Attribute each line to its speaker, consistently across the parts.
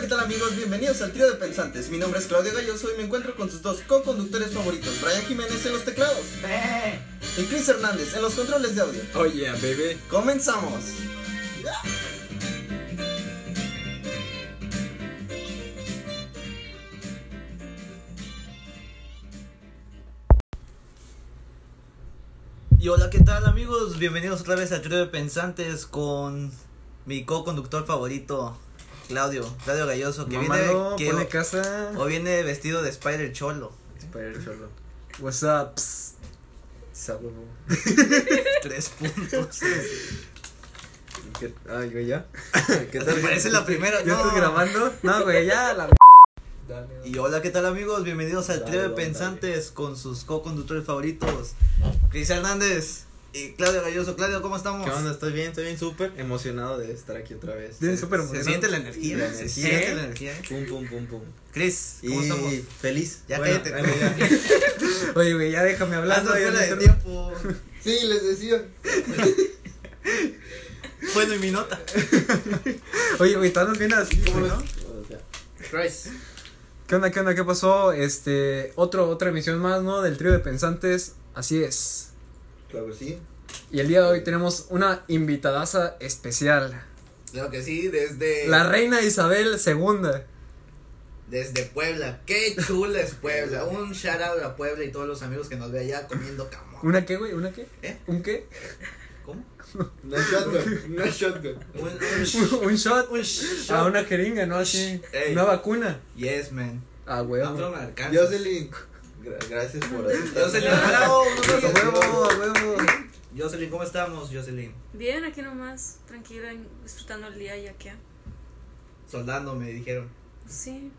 Speaker 1: ¿qué tal amigos? Bienvenidos al trío de pensantes. Mi nombre es Claudio Galloso y me encuentro con sus dos co-conductores favoritos, Brian Jiménez en los teclados y Chris Hernández en los controles de audio.
Speaker 2: Oye, oh yeah, bebé.
Speaker 1: ¡Comenzamos!
Speaker 3: Y hola, ¿qué tal amigos? Bienvenidos otra vez al trío de pensantes con mi co-conductor favorito, Claudio, Claudio Galloso, que
Speaker 2: Mamá
Speaker 3: viene
Speaker 2: no,
Speaker 3: que
Speaker 2: pone
Speaker 3: o,
Speaker 2: casa.
Speaker 3: o viene vestido de Spider Cholo.
Speaker 2: Spider Cholo. What's up? psst? Sa- huevo.
Speaker 3: Tres puntos.
Speaker 2: ¿Qué- Ay, güey, ya. ¿Qué
Speaker 3: ¿Te parece la primera?
Speaker 2: ¿Ya
Speaker 3: No.
Speaker 2: estás grabando? No, güey, ya la. Dale, dale.
Speaker 3: Y hola, ¿qué tal amigos? Bienvenidos al
Speaker 2: Dale,
Speaker 3: trío de
Speaker 2: dale.
Speaker 3: pensantes con sus co-conductores favoritos, Cris Hernández y Claudio Galloso. Claudio, ¿cómo estamos?
Speaker 4: ¿Qué onda? ¿Estoy bien? Estoy bien súper emocionado de estar aquí otra vez.
Speaker 2: Bien,
Speaker 4: Se-
Speaker 2: súper
Speaker 3: Se
Speaker 2: emocionado.
Speaker 3: siente la energía, ¿eh?
Speaker 4: La
Speaker 3: se
Speaker 4: energía. ¿eh?
Speaker 3: siente la energía.
Speaker 4: Pum, pum, pum, pum.
Speaker 3: Cris, ¿cómo estamos?
Speaker 4: Y feliz.
Speaker 3: Ya cállate.
Speaker 4: ahí voy ya.
Speaker 2: Oye, güey, ya déjame hablando.
Speaker 3: Hablando fuera
Speaker 2: ya Ah, no
Speaker 3: de
Speaker 2: te-
Speaker 3: tiempo.
Speaker 4: sí, les decía.
Speaker 3: Bueno, y mi nota.
Speaker 2: Oye, güey, todos bien así, güey, ¿no?
Speaker 4: Christ.
Speaker 2: ¿Qué onda, qué onda, qué pasó? Este, otro, otra emisión más, ¿no? Del trío de pensantes. Así es.
Speaker 4: Claro que sí.
Speaker 2: Y el día de hoy tenemos una invitadaza especial.
Speaker 4: Claro que sí, desde,
Speaker 2: La reina Isabel II.
Speaker 4: desde Puebla. Qué chula es Puebla. Un shout out a Puebla y todos los amigos que nos ve allá comiendo camón.
Speaker 2: ¿Una qué, güey? ¿Una qué?
Speaker 4: ¿Eh?
Speaker 2: ¿Un qué?
Speaker 3: ¿Cómo?
Speaker 4: No shotgun, no shotgun.
Speaker 3: Un, un sh-
Speaker 2: Un shot.
Speaker 3: un sh-
Speaker 2: A una jeringa, ¿no? Así.
Speaker 4: Ey.
Speaker 2: Una vacuna.
Speaker 3: Yes, man.
Speaker 2: Ah, güey.
Speaker 3: No,
Speaker 2: A
Speaker 3: pero
Speaker 2: huevo,
Speaker 3: me alcanza.
Speaker 4: Jocelyn. gra- Gracias por aceptar.
Speaker 3: Jocelyn, bravo, unos
Speaker 2: a
Speaker 3: días.
Speaker 2: huevo.
Speaker 3: Jocelyn, ¿cómo estamos, Jocelyn?
Speaker 5: Bien, aquí nomás, tranquila, en- disfrutando el día y aquí.
Speaker 3: Soldando, me dijeron.
Speaker 5: Sí.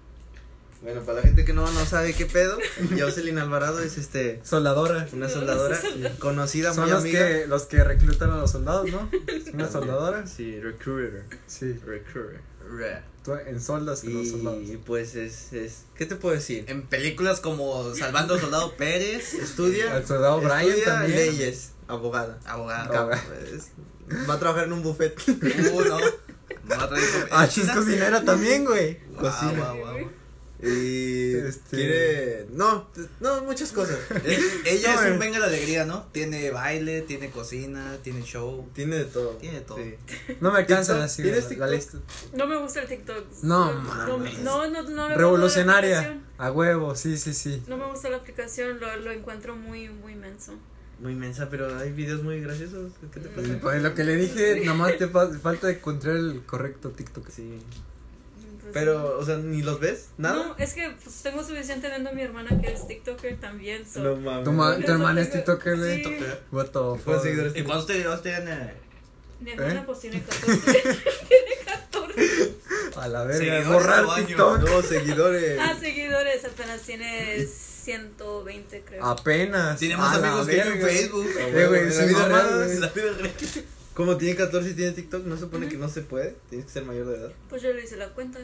Speaker 4: Bueno, para la gente que no, no sabe qué pedo, Jocelyn Alvarado es este
Speaker 2: Soldadora.
Speaker 4: una soldadora conocida,
Speaker 2: Son
Speaker 4: muy
Speaker 2: los
Speaker 4: amiga.
Speaker 2: que, los que reclutan a los soldados, ¿no? Una soldadora.
Speaker 4: Sí, recruiter.
Speaker 2: Sí.
Speaker 4: Recruiter.
Speaker 2: Tú en soldas con los soldados.
Speaker 4: Y pues es, es. ¿Qué te puedo decir?
Speaker 3: En películas como Salvando al Soldado Pérez, eh, estudia.
Speaker 2: Al soldado Brian
Speaker 4: Estudia
Speaker 2: también.
Speaker 4: Leyes, abogada.
Speaker 3: Abogado.
Speaker 2: Abogado.
Speaker 4: Es- va a trabajar en un buffet.
Speaker 3: Uh, no. Me va a traer comida.
Speaker 2: Ah, chis cocinera también, güey.
Speaker 3: Guau,
Speaker 4: cocina.
Speaker 3: guau, guau.
Speaker 4: Y.
Speaker 2: Este-
Speaker 4: Quiere. No, no, muchas cosas.
Speaker 3: Eh, Ella
Speaker 2: No,
Speaker 3: es
Speaker 2: eh.
Speaker 3: un venga la alegría, ¿no? Tiene baile, tiene cocina, tiene show.
Speaker 4: Tiene de todo.
Speaker 3: Tiene de todo.
Speaker 4: Sí.
Speaker 2: No me alcanzan
Speaker 4: ¿TikTok?
Speaker 2: así.
Speaker 4: ¿Tienes
Speaker 2: la-
Speaker 4: TikTok?
Speaker 2: La lista.
Speaker 5: No me gusta el TikTok.
Speaker 2: No,
Speaker 5: no,
Speaker 2: mames.
Speaker 5: no, no, no me gusta la
Speaker 2: Revolucionaria.
Speaker 5: aplicación.
Speaker 2: A huevo, sí, sí, sí.
Speaker 5: No me gusta la aplicación, lo, lo encuentro muy, muy menso.
Speaker 4: Muy inmensa, pero hay videos muy graciosos. ¿Qué te pasa?
Speaker 2: Pues lo que le dije, nomás te fa- falta encontrar el correcto TikTok.
Speaker 4: Sí.
Speaker 5: Pues,
Speaker 4: Pero, o sea, ni los ves, nada.
Speaker 5: No, es que pues, tengo suficiente viendo a mi hermana que es TikToker también. so-
Speaker 4: No mames.
Speaker 2: Tu, ma-
Speaker 5: Por
Speaker 2: tu
Speaker 5: eso
Speaker 2: hermana es
Speaker 5: tengo-
Speaker 2: TikToker, güey.
Speaker 5: sí.
Speaker 2: What the fuck.
Speaker 4: ¿Cuántos seguidores
Speaker 3: ¿Y
Speaker 4: tienes?
Speaker 3: cuántos te llevaste en eh,
Speaker 5: Mi hermana
Speaker 2: ¿Eh?
Speaker 5: pues tiene 14. tiene 14.
Speaker 2: A la verga,
Speaker 3: Seguidores o
Speaker 2: borrar
Speaker 3: años,
Speaker 2: TikTok.
Speaker 4: No, seguidores.
Speaker 5: Ah, seguidores, apenas tiene 120 creo.
Speaker 2: Ah. Apenas.
Speaker 3: Tiene más
Speaker 2: A la
Speaker 3: amigos que yo en
Speaker 2: verga.
Speaker 3: Facebook.
Speaker 2: Eh, güey,
Speaker 4: En la
Speaker 2: sin
Speaker 4: vida real,
Speaker 2: mamadas.
Speaker 4: güey.
Speaker 3: La vida real.
Speaker 4: Como tiene 14 y tiene TikTok, no se supone que no se puede. Tienes que ser mayor de edad.
Speaker 5: Pues yo le hice la cuenta.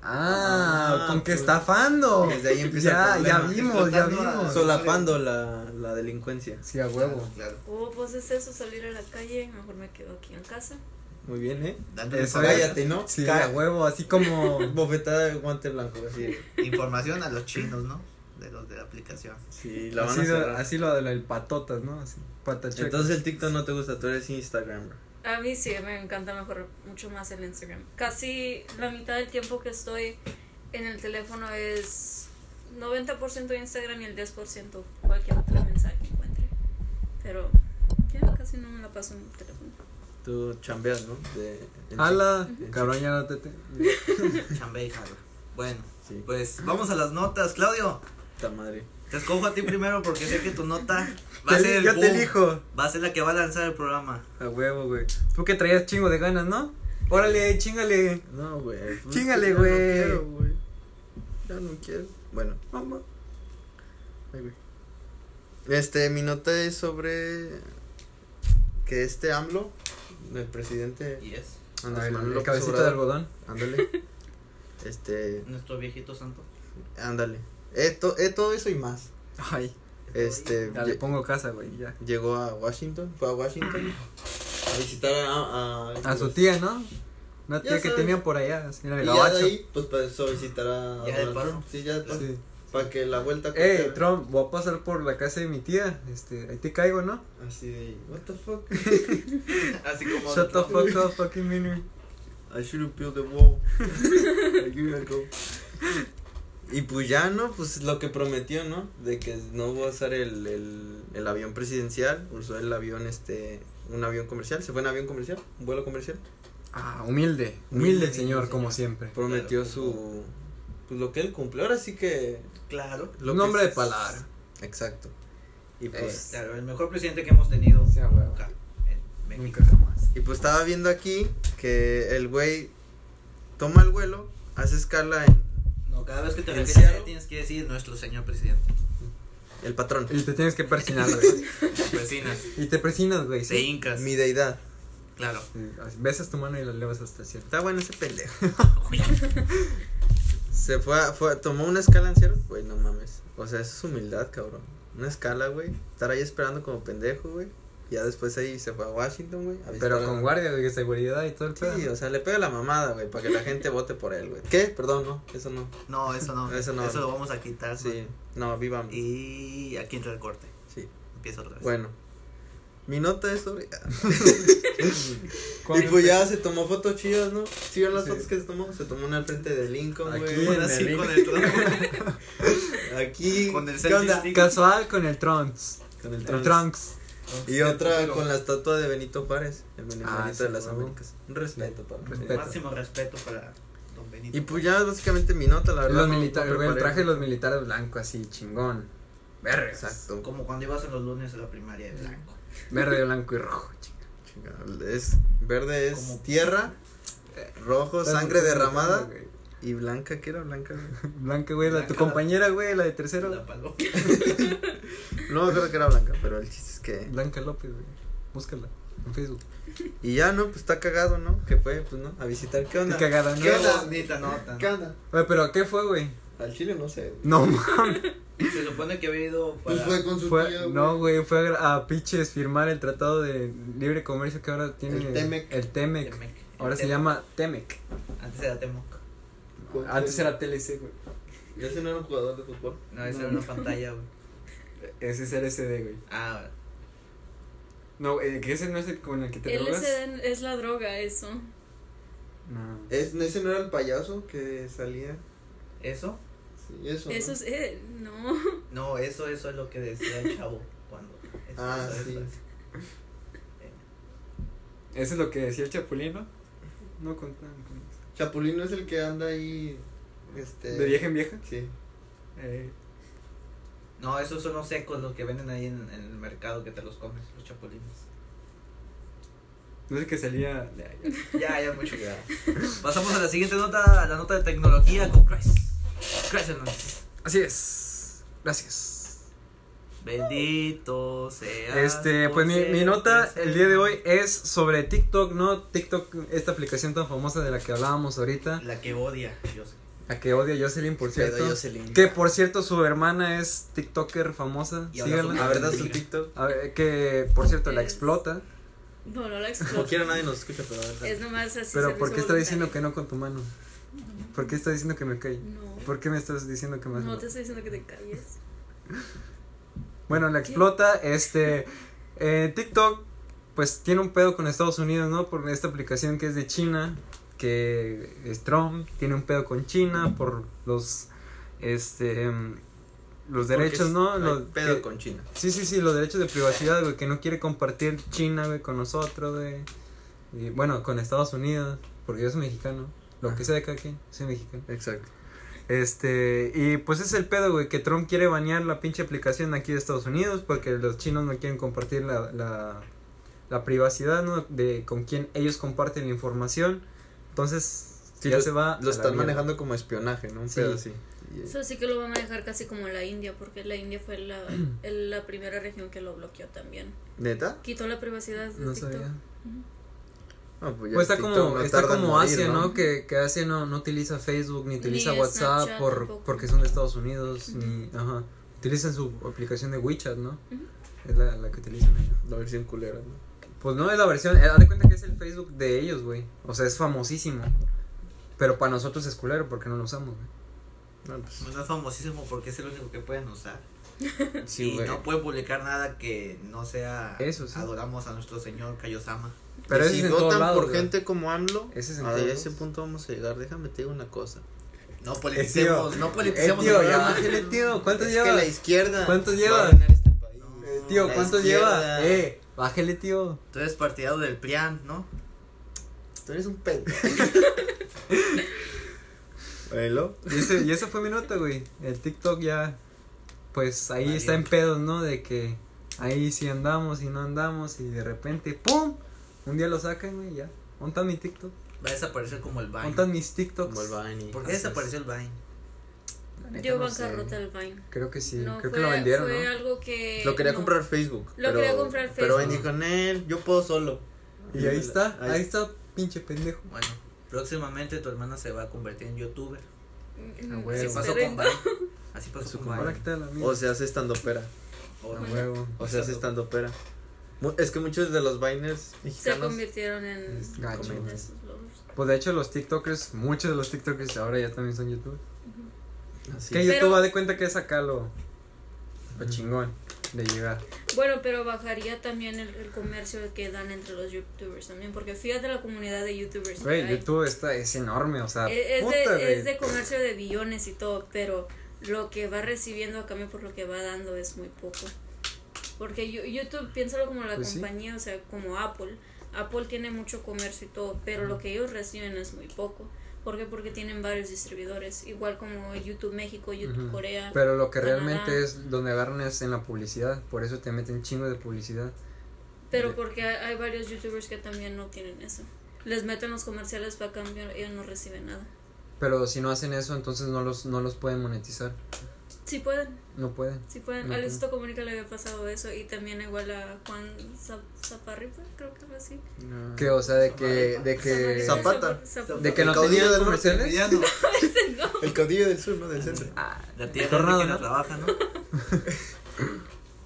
Speaker 2: Ah,
Speaker 4: Ah,
Speaker 2: con que
Speaker 4: pues.
Speaker 2: estafando.
Speaker 4: Desde ahí empieza
Speaker 2: Ya,
Speaker 4: el
Speaker 2: ya
Speaker 4: problema.
Speaker 2: vimos, ya
Speaker 3: Explotando a-
Speaker 2: vimos.
Speaker 4: Solapando la, la delincuencia.
Speaker 2: Sí, a huevo.
Speaker 3: Claro.
Speaker 5: Oh, pues es eso, salir a la calle, mejor me quedo aquí en casa.
Speaker 4: Muy bien, ¿eh?
Speaker 3: Dándole
Speaker 2: Eso
Speaker 3: información-
Speaker 4: Cállate, ¿no?
Speaker 2: Sí,
Speaker 4: Ca-
Speaker 2: a huevo, así como.
Speaker 4: Bofetada de guante blanco, así.
Speaker 3: Información a los chinos, ¿no? De los de la aplicación.
Speaker 4: Sí, la van
Speaker 2: así,
Speaker 4: a
Speaker 2: lo,
Speaker 4: cerrar.
Speaker 2: así lo de del patotas, ¿no? Así, pata chueca.
Speaker 4: Entonces el TikTok no te gusta, tú eres Instagram.
Speaker 5: A mí sí, me encanta mejor mucho más el Instagram. Casi la mitad del tiempo que estoy en el teléfono es 90% Instagram y el 10% cualquier otro mensaje que encuentre. Pero ya casi no me la paso en el teléfono.
Speaker 4: Tú chambeas, ¿no? De, en-
Speaker 2: Ala,
Speaker 4: Ujú.
Speaker 2: cabrón, ya no te. te-
Speaker 3: Chambé y jala. Bueno,
Speaker 4: Sí, pues,
Speaker 3: pues vamos a las notas. Claudio,
Speaker 4: puta madre.
Speaker 3: te escojo a ti primero porque sé que tu nota va a
Speaker 2: Te-
Speaker 3: ser. el
Speaker 2: Yo te
Speaker 3: boom.
Speaker 2: elijo.
Speaker 3: Va a ser la que va a lanzar el programa.
Speaker 2: A huevo, güey. Tú que traías chingo de ganas, ¿no? Órale, chingale.
Speaker 4: No, güey. pues,
Speaker 2: Chíngale,
Speaker 4: ya no
Speaker 2: güey.
Speaker 4: quiero, güey. Ya no quiero. Bueno.
Speaker 2: Mamá.
Speaker 4: Ay, güey. Este, mi nota es sobre que este AMLO, el presidente
Speaker 3: Y es
Speaker 2: A
Speaker 4: Andrés
Speaker 2: ver,
Speaker 4: Manuel
Speaker 2: el
Speaker 4: López
Speaker 2: cabecita de
Speaker 4: Obrador,
Speaker 2: algodón.
Speaker 4: ándale, este,
Speaker 3: nuestro viejito santo.
Speaker 4: ándale, Eh, to- eh, todo eso y más,
Speaker 2: Ay,
Speaker 4: este,
Speaker 2: ya le
Speaker 4: lle-
Speaker 2: pongo casa, güey, ya.
Speaker 4: llegó a Washington, fue a Washington a visitar a, a,
Speaker 2: A su tía, ¿no? Una
Speaker 4: Ya
Speaker 2: tía que
Speaker 4: sabes.
Speaker 2: tenían por allá, así en el
Speaker 4: Y ya de
Speaker 2: gabacho.
Speaker 4: ahí, pues pasó a visitar a
Speaker 3: Ya de
Speaker 4: Donald
Speaker 3: paso.
Speaker 4: Trump. Sí, ya de paso.
Speaker 2: Sí.
Speaker 4: Para que la vuelta.
Speaker 2: Ey,
Speaker 4: corte-
Speaker 2: Trump, voy a pasar por la casa de mi tía. Este, ahí te caigo, ¿no?
Speaker 4: Así de, what the fuck?
Speaker 3: Así como.
Speaker 2: Shut the fuck up, fucking minor.
Speaker 4: I shouldn't build the wall. I give it a go. Y pues ya, ¿no? Pues lo que prometió, ¿no? De que no va a usar el, el, el avión presidencial, usó el avión, este, un avión comercial, se fue en avión comercial, un vuelo comercial.
Speaker 2: Ah, humilde. Humilde,
Speaker 4: Humilde,
Speaker 2: el señor,
Speaker 3: señor.
Speaker 2: como siempre.
Speaker 4: Prometió
Speaker 3: Claro.
Speaker 4: su, pues lo que él cumplió, ahora sí que...
Speaker 3: Claro.
Speaker 4: Lo
Speaker 2: Un
Speaker 4: que
Speaker 2: hombre
Speaker 4: es-
Speaker 2: de palabra.
Speaker 4: Exacto. Y pues,
Speaker 3: Claro, el mejor presidente que hemos tenido.
Speaker 2: Sí, a huevo.
Speaker 3: Nunca. En México.
Speaker 2: Nunca jamás.
Speaker 4: y pues estaba viendo aquí que el güey toma el vuelo, hace escala en
Speaker 3: No, cada vez que te
Speaker 4: ¿En
Speaker 3: refieres a
Speaker 4: Seattle?
Speaker 3: él tienes que decir nuestro señor presidente.
Speaker 4: el patrón,
Speaker 2: Y te tienes que persinar, güey.
Speaker 3: Vecinas.
Speaker 2: Y te persinas, güey.
Speaker 3: Se
Speaker 2: Sí.
Speaker 3: hincas.
Speaker 4: mi deidad.
Speaker 3: Claro.
Speaker 2: Sí, Besas tu mano y la elevas hasta el cielo.
Speaker 4: Está bueno ese pendejo. Se fue, a- fue a- tomó una escala en cero, güey, no mames. O sea, eso es humildad, cabrón. Una escala, güey. Estar ahí esperando como pendejo, güey. Ya después ahí se fue a Washington, güey. a visitar
Speaker 2: Pero
Speaker 4: a-
Speaker 2: con guardia de seguridad y todo el pedo.
Speaker 4: Sí,
Speaker 2: ¿no?
Speaker 4: o sea, le pega la mamada, güey, para que la gente vote por él, güey. ¿Qué? Perdón, no, eso no.
Speaker 3: No, eso no.
Speaker 4: Eso no.
Speaker 3: lo vamos a quitar.
Speaker 4: Sí, no, viva.
Speaker 3: ¿no? Y aquí entra el corte.
Speaker 4: Sí.
Speaker 3: Empieza otra vez.
Speaker 4: Bueno. Mi nota es sobre...
Speaker 2: ¿Cuál?
Speaker 4: y pues ya se tomó fotos chidas, ¿no? ¿Sí vieron las
Speaker 2: Sí.
Speaker 4: fotos que se tomó? Se tomó una al frente de Lincoln,
Speaker 2: Aquí,
Speaker 4: güey.
Speaker 3: Bueno,
Speaker 2: en
Speaker 3: así
Speaker 2: el-
Speaker 3: con el tronco.
Speaker 4: Aquí.
Speaker 3: Con el
Speaker 4: ¿Qué
Speaker 3: selfie
Speaker 4: onda?
Speaker 3: stick.
Speaker 2: Casual con el Trunks.
Speaker 4: Con el
Speaker 2: El
Speaker 4: tronco.
Speaker 2: Trunks.
Speaker 4: Y otra con la estatua de Benito Juárez, el benemérito
Speaker 2: Ah, sí,
Speaker 4: de las
Speaker 2: huevo.
Speaker 4: Américas. Un respeto para
Speaker 2: Respeto.
Speaker 4: Benito.
Speaker 3: Máximo respeto para Don Benito.
Speaker 4: Y pues ya básicamente mi nota, la verdad.
Speaker 2: Los
Speaker 4: no- no
Speaker 2: militares, güey, el
Speaker 4: preparé.
Speaker 2: traje de los militares blanco así, chingón. Verde.
Speaker 4: Exacto.
Speaker 3: Como cuando ibas en los lunes a la primaria de blanco.
Speaker 2: Verde, blanco y rojo. chinga.
Speaker 4: Chingado, Es verde es
Speaker 3: Como-
Speaker 4: tierra,
Speaker 2: Eh,
Speaker 4: rojo
Speaker 2: Estás
Speaker 4: sangre
Speaker 2: buscando,
Speaker 4: derramada
Speaker 2: güey.
Speaker 4: y blanca que era blanca. güey?
Speaker 2: Blanca, güey, la tu
Speaker 3: Blanca, la-
Speaker 2: compañera, güey, la de tercero.
Speaker 3: La paloma.
Speaker 4: No creo que era blanca, pero el chiste es que
Speaker 2: Blanca López, güey. Búscala en Facebook.
Speaker 4: y ya no, pues está cagado, ¿no? Que fue pues no, a visitar qué
Speaker 2: Qué
Speaker 4: onda.
Speaker 2: cagada, ¿no?
Speaker 4: ¿Qué
Speaker 3: Qué
Speaker 4: onda?
Speaker 3: bonita nota.
Speaker 4: ¿Qué onda?
Speaker 2: Güey, pero ¿qué fue, güey?
Speaker 4: Al Chile no sé. güey.
Speaker 2: No, mames.
Speaker 3: Se supone que había ido para.
Speaker 4: Pues fue con su
Speaker 2: fue-
Speaker 4: tía, güey.
Speaker 2: no, güey, fue a gra- a, piches firmar el tratado de libre comercio que ahora tiene
Speaker 4: El E Temec.
Speaker 2: el Temec.
Speaker 3: Temec.
Speaker 2: Ahora se
Speaker 4: E
Speaker 3: Temec.
Speaker 2: llama Temec.
Speaker 3: Antes era Temoc.
Speaker 4: Con-
Speaker 2: Antes era
Speaker 4: E
Speaker 2: TLC, güey.
Speaker 4: Ese no era un jugador de fútbol.
Speaker 3: No, esa
Speaker 2: No.
Speaker 3: era una pantalla, güey.
Speaker 2: Ese es LSD, güey.
Speaker 3: Ah, bueno.
Speaker 2: No, eh, que ese no es el con el que te drogas.
Speaker 5: LSD es la droga, eso.
Speaker 2: No.
Speaker 4: Es, ese no era el payaso que salía.
Speaker 3: ¿eso?
Speaker 4: Sí, eso.
Speaker 5: Eso
Speaker 4: ¿no?
Speaker 5: es él, no.
Speaker 3: No, eso, eso es lo que decía el chavo cuando. eso,
Speaker 4: Ah,
Speaker 3: eso,
Speaker 4: sí.
Speaker 3: eso, eso. Eh,
Speaker 2: Eso es lo que decía el Chapulín, ¿no? No contaban con
Speaker 4: E
Speaker 2: eso.
Speaker 4: Chapulín no es el que anda ahí. Este.
Speaker 2: ¿De vieja en vieja?
Speaker 4: Sí.
Speaker 2: Eh,
Speaker 3: No, esos son los secos, los que venden ahí en, en el mercado que te los comes, los chapulines.
Speaker 2: no sé que salía. de ahí.
Speaker 3: Ya, ya, mucho. Pasamos a la siguiente nota, a la nota de tecnología con Christ. Christ Hernández.
Speaker 2: Así es. Gracias.
Speaker 3: Bendito sea.
Speaker 2: Este, pues mi, mi nota el día de hoy es sobre TikTok, ¿no? TikTok, esta aplicación tan famosa de la que hablábamos ahorita,
Speaker 3: La que odia, yo sé.
Speaker 2: la que odia Jocelyn, por
Speaker 4: Pero
Speaker 2: cierto.
Speaker 4: Jocelyn.
Speaker 2: Que por cierto, su hermana es TikToker famosa.
Speaker 3: Y ahora
Speaker 4: A
Speaker 2: Síganla.
Speaker 4: ver, da su TikTok.
Speaker 2: A ver, que por cierto, la
Speaker 5: Es-
Speaker 2: explota.
Speaker 5: No, no la
Speaker 4: Como
Speaker 5: explota.
Speaker 4: quiera nadie nos escucha, pero a ver. dale.
Speaker 5: Es nomás así.
Speaker 2: Pero ¿por qué está diciendo que
Speaker 5: servicio
Speaker 2: no con tu mano? ¿Por qué está diciendo que me calle?
Speaker 5: voluntario.
Speaker 2: ¿Por qué me estás diciendo que me
Speaker 5: No,
Speaker 2: hace
Speaker 5: no
Speaker 2: mal?
Speaker 5: te estoy diciendo que te calles.
Speaker 2: Bueno, la explota, este, eh, TikTok, pues tiene un pedo con Estados Unidos, ¿no? Por esta aplicación que es de China, que es Trump, tiene un pedo con China por los, este, em, los
Speaker 4: Porque
Speaker 2: derechos,
Speaker 4: es-
Speaker 2: ¿no?
Speaker 4: hay
Speaker 2: Los,
Speaker 4: pedo
Speaker 2: que-
Speaker 4: con China.
Speaker 2: Sí, sí, sí, los derechos de privacidad, güey, que no quiere compartir China, güey, con nosotros, güey. Y bueno, con Estados Unidos, porque yo soy mexicano, lo que sea de cada quien, soy mexicano.
Speaker 4: Exacto.
Speaker 2: Este, y pues es el pedo, güey, que Trump quiere banear la pinche aplicación aquí de Estados Unidos porque los chinos no quieren compartir la, la, la privacidad, ¿no? De con quién ellos comparten la información. Entonces, ya se va. a
Speaker 4: Lo
Speaker 2: la
Speaker 4: están
Speaker 2: mierda.
Speaker 4: manejando como espionaje, ¿no? Un
Speaker 2: Sí.
Speaker 4: pedo así.
Speaker 5: Eso sí que lo van a dejar casi como la India, porque la India fue la, el- la primera región que lo bloqueó también.
Speaker 4: ¿Neta?
Speaker 5: Quitó la privacidad de
Speaker 2: No
Speaker 5: TikTok.
Speaker 2: sabía.
Speaker 5: Ujú.
Speaker 4: No, pues
Speaker 2: Pues está
Speaker 4: TikTok
Speaker 2: como,
Speaker 4: no
Speaker 2: está
Speaker 4: tarda en
Speaker 2: como
Speaker 4: morir,
Speaker 2: Asia, ¿no? Que, que Asia no, no utiliza Facebook ni utiliza
Speaker 5: Ni
Speaker 2: WhatsApp
Speaker 5: Snapchat
Speaker 2: por,
Speaker 5: tampoco.
Speaker 2: porque son de Estados Unidos,
Speaker 5: Ujú.
Speaker 2: ni, ajá. Utilizan su aplicación de WeChat, ¿no?
Speaker 5: Ujú.
Speaker 2: Es la, la que utilizan ellos.
Speaker 4: La versión culera, ¿no?
Speaker 2: Pues no, es la versión. eh, Haz de cuenta que es el Facebook de ellos, güey. O sea, es famosísimo. Pero para nosotros es culero porque no lo usamos, güey.
Speaker 4: No, pues,
Speaker 6: No es famosísimo porque es el único que pueden usar.
Speaker 4: sí,
Speaker 6: y
Speaker 4: güey.
Speaker 6: no pueden publicar nada que no sea
Speaker 2: Eso sí.
Speaker 6: adoramos a nuestro señor Kayosama.
Speaker 2: Pero
Speaker 4: Y
Speaker 2: ese
Speaker 4: si
Speaker 2: es en todos
Speaker 4: votan
Speaker 2: lados,
Speaker 4: por
Speaker 2: güey.
Speaker 4: gente como AMLO,
Speaker 2: Ese es en
Speaker 4: a
Speaker 2: todos
Speaker 4: ese
Speaker 2: lados.
Speaker 4: punto vamos a llegar. Déjame te digo una cosa.
Speaker 6: No politicemos, no
Speaker 2: Eh,
Speaker 6: politicemos.
Speaker 2: tío,
Speaker 6: el
Speaker 2: ya
Speaker 6: programa.
Speaker 2: bájale, tío. ¿Cuántos
Speaker 4: es
Speaker 2: lleva?
Speaker 4: que la izquierda
Speaker 2: ¿Cuántos
Speaker 4: va
Speaker 2: lleva?
Speaker 4: a ganar este país.
Speaker 2: Eh, tío,
Speaker 4: la
Speaker 2: ¿cuántos
Speaker 4: izquierda.
Speaker 2: lleva? Eh, bájale, tío.
Speaker 6: Tú eres partidario del PRIAN, ¿no?
Speaker 4: Tú eres un pendejo. Bueno,
Speaker 2: Y, ese, y esa fue mi nota, güey. El TikTok ya, pues ahí
Speaker 6: Valió.
Speaker 2: está en pedos, ¿no? De que ahí sí andamos y no andamos y de repente, ¡pum! Un día lo sacan, güey, ya. Montan mi TikTok.
Speaker 6: Va a desaparecer como el Vine.
Speaker 2: Montan mis TikToks.
Speaker 4: como el Bani.
Speaker 6: ¿Por qué desapareció el Vine?
Speaker 2: La neta,
Speaker 5: Dio
Speaker 2: no sé.
Speaker 5: bancarrota el Vine.
Speaker 2: Creo que sí,
Speaker 5: No,
Speaker 2: creo
Speaker 5: fue,
Speaker 2: que lo vendieron,
Speaker 5: fue
Speaker 2: ¿no?
Speaker 5: algo que.
Speaker 4: Lo quería
Speaker 5: no.
Speaker 4: comprar Facebook.
Speaker 5: Lo
Speaker 4: pero,
Speaker 5: quería comprar
Speaker 4: Pero
Speaker 5: Facebook.
Speaker 4: vendí con él, yo puedo solo.
Speaker 2: Y ahí está,
Speaker 4: Ahí-
Speaker 2: ahí está, pinche pendejo.
Speaker 6: Bueno, próximamente tu hermana se va a convertir en youtuber.
Speaker 5: Mm,
Speaker 2: Ah, A
Speaker 5: mm,
Speaker 2: huevo.
Speaker 6: Así
Speaker 5: sí,
Speaker 6: pasó
Speaker 5: pero-
Speaker 6: con Vine. Así pasó
Speaker 2: Su
Speaker 6: con Vine.
Speaker 2: compara que la mía.
Speaker 4: O se hace estando pera.
Speaker 6: O-
Speaker 2: A huevo.
Speaker 4: O se hace estando pera. Es que muchos de los Biners
Speaker 5: Se
Speaker 4: mexicanos.
Speaker 5: convirtieron en.
Speaker 2: Es gacho,
Speaker 5: como en
Speaker 2: güey.
Speaker 5: esos bloggers.
Speaker 2: Pues de hecho los TikTokers, muchos de los TikTokers ahora ya también son YouTube.
Speaker 4: así.
Speaker 2: Que
Speaker 5: Pero-
Speaker 2: YouTube va de cuenta que es acá lo, lo chingón de llegar.
Speaker 5: Bueno, pero bajaría también el, el comercio que dan entre los youtubers también, porque fíjate la comunidad de youtubers. que
Speaker 2: Güey,
Speaker 5: hay.
Speaker 2: YouTube está, es enorme, o sea,
Speaker 5: Eh, Es, es
Speaker 2: Ah, puta,
Speaker 5: de,
Speaker 2: güey.
Speaker 5: es de comercio de billones y todo, pero lo que va recibiendo a cambio por lo que va dando es muy poco. Porque yo- YouTube, piénsalo como la
Speaker 2: Pues sí.
Speaker 5: compañía, o sea, como Apple. Apple tiene mucho comercio y todo, pero lo que ellos reciben es muy poco. ¿Por qué? Porque tienen varios distribuidores, igual como YouTube México, YouTube
Speaker 2: Ujú.
Speaker 5: Corea.
Speaker 2: Pero lo que
Speaker 5: Canadá.
Speaker 2: realmente es donde agarran es en la publicidad, por eso te meten chingo de publicidad.
Speaker 5: Pero porque hay, hay varios youtubers que también no tienen eso. Les meten los comerciales para cambio, ellos no reciben nada.
Speaker 2: Pero si no hacen eso, entonces no los, no los pueden monetizar.
Speaker 5: Sí pueden,
Speaker 2: No pueden.
Speaker 5: sí pueden.
Speaker 2: Ujú.
Speaker 5: A Luisito Comunica le había pasado eso y también igual a Juan Za- Zaparripa, creo que fue así.
Speaker 4: No.
Speaker 2: Que, o sea, de que... De que
Speaker 4: Zapat-
Speaker 5: Zaparripa,
Speaker 4: Zapata.
Speaker 5: Zapata.
Speaker 2: de que no
Speaker 4: El caudillo
Speaker 2: tenían
Speaker 4: del
Speaker 2: comerciales.
Speaker 6: Mediano.
Speaker 5: Ese no.
Speaker 4: El caudillo del sur, ¿no? Del centro.
Speaker 2: Ah.
Speaker 6: La tía
Speaker 2: Tornado,
Speaker 6: Tornado, que
Speaker 2: ¿no?
Speaker 6: la trabaja, ¿no?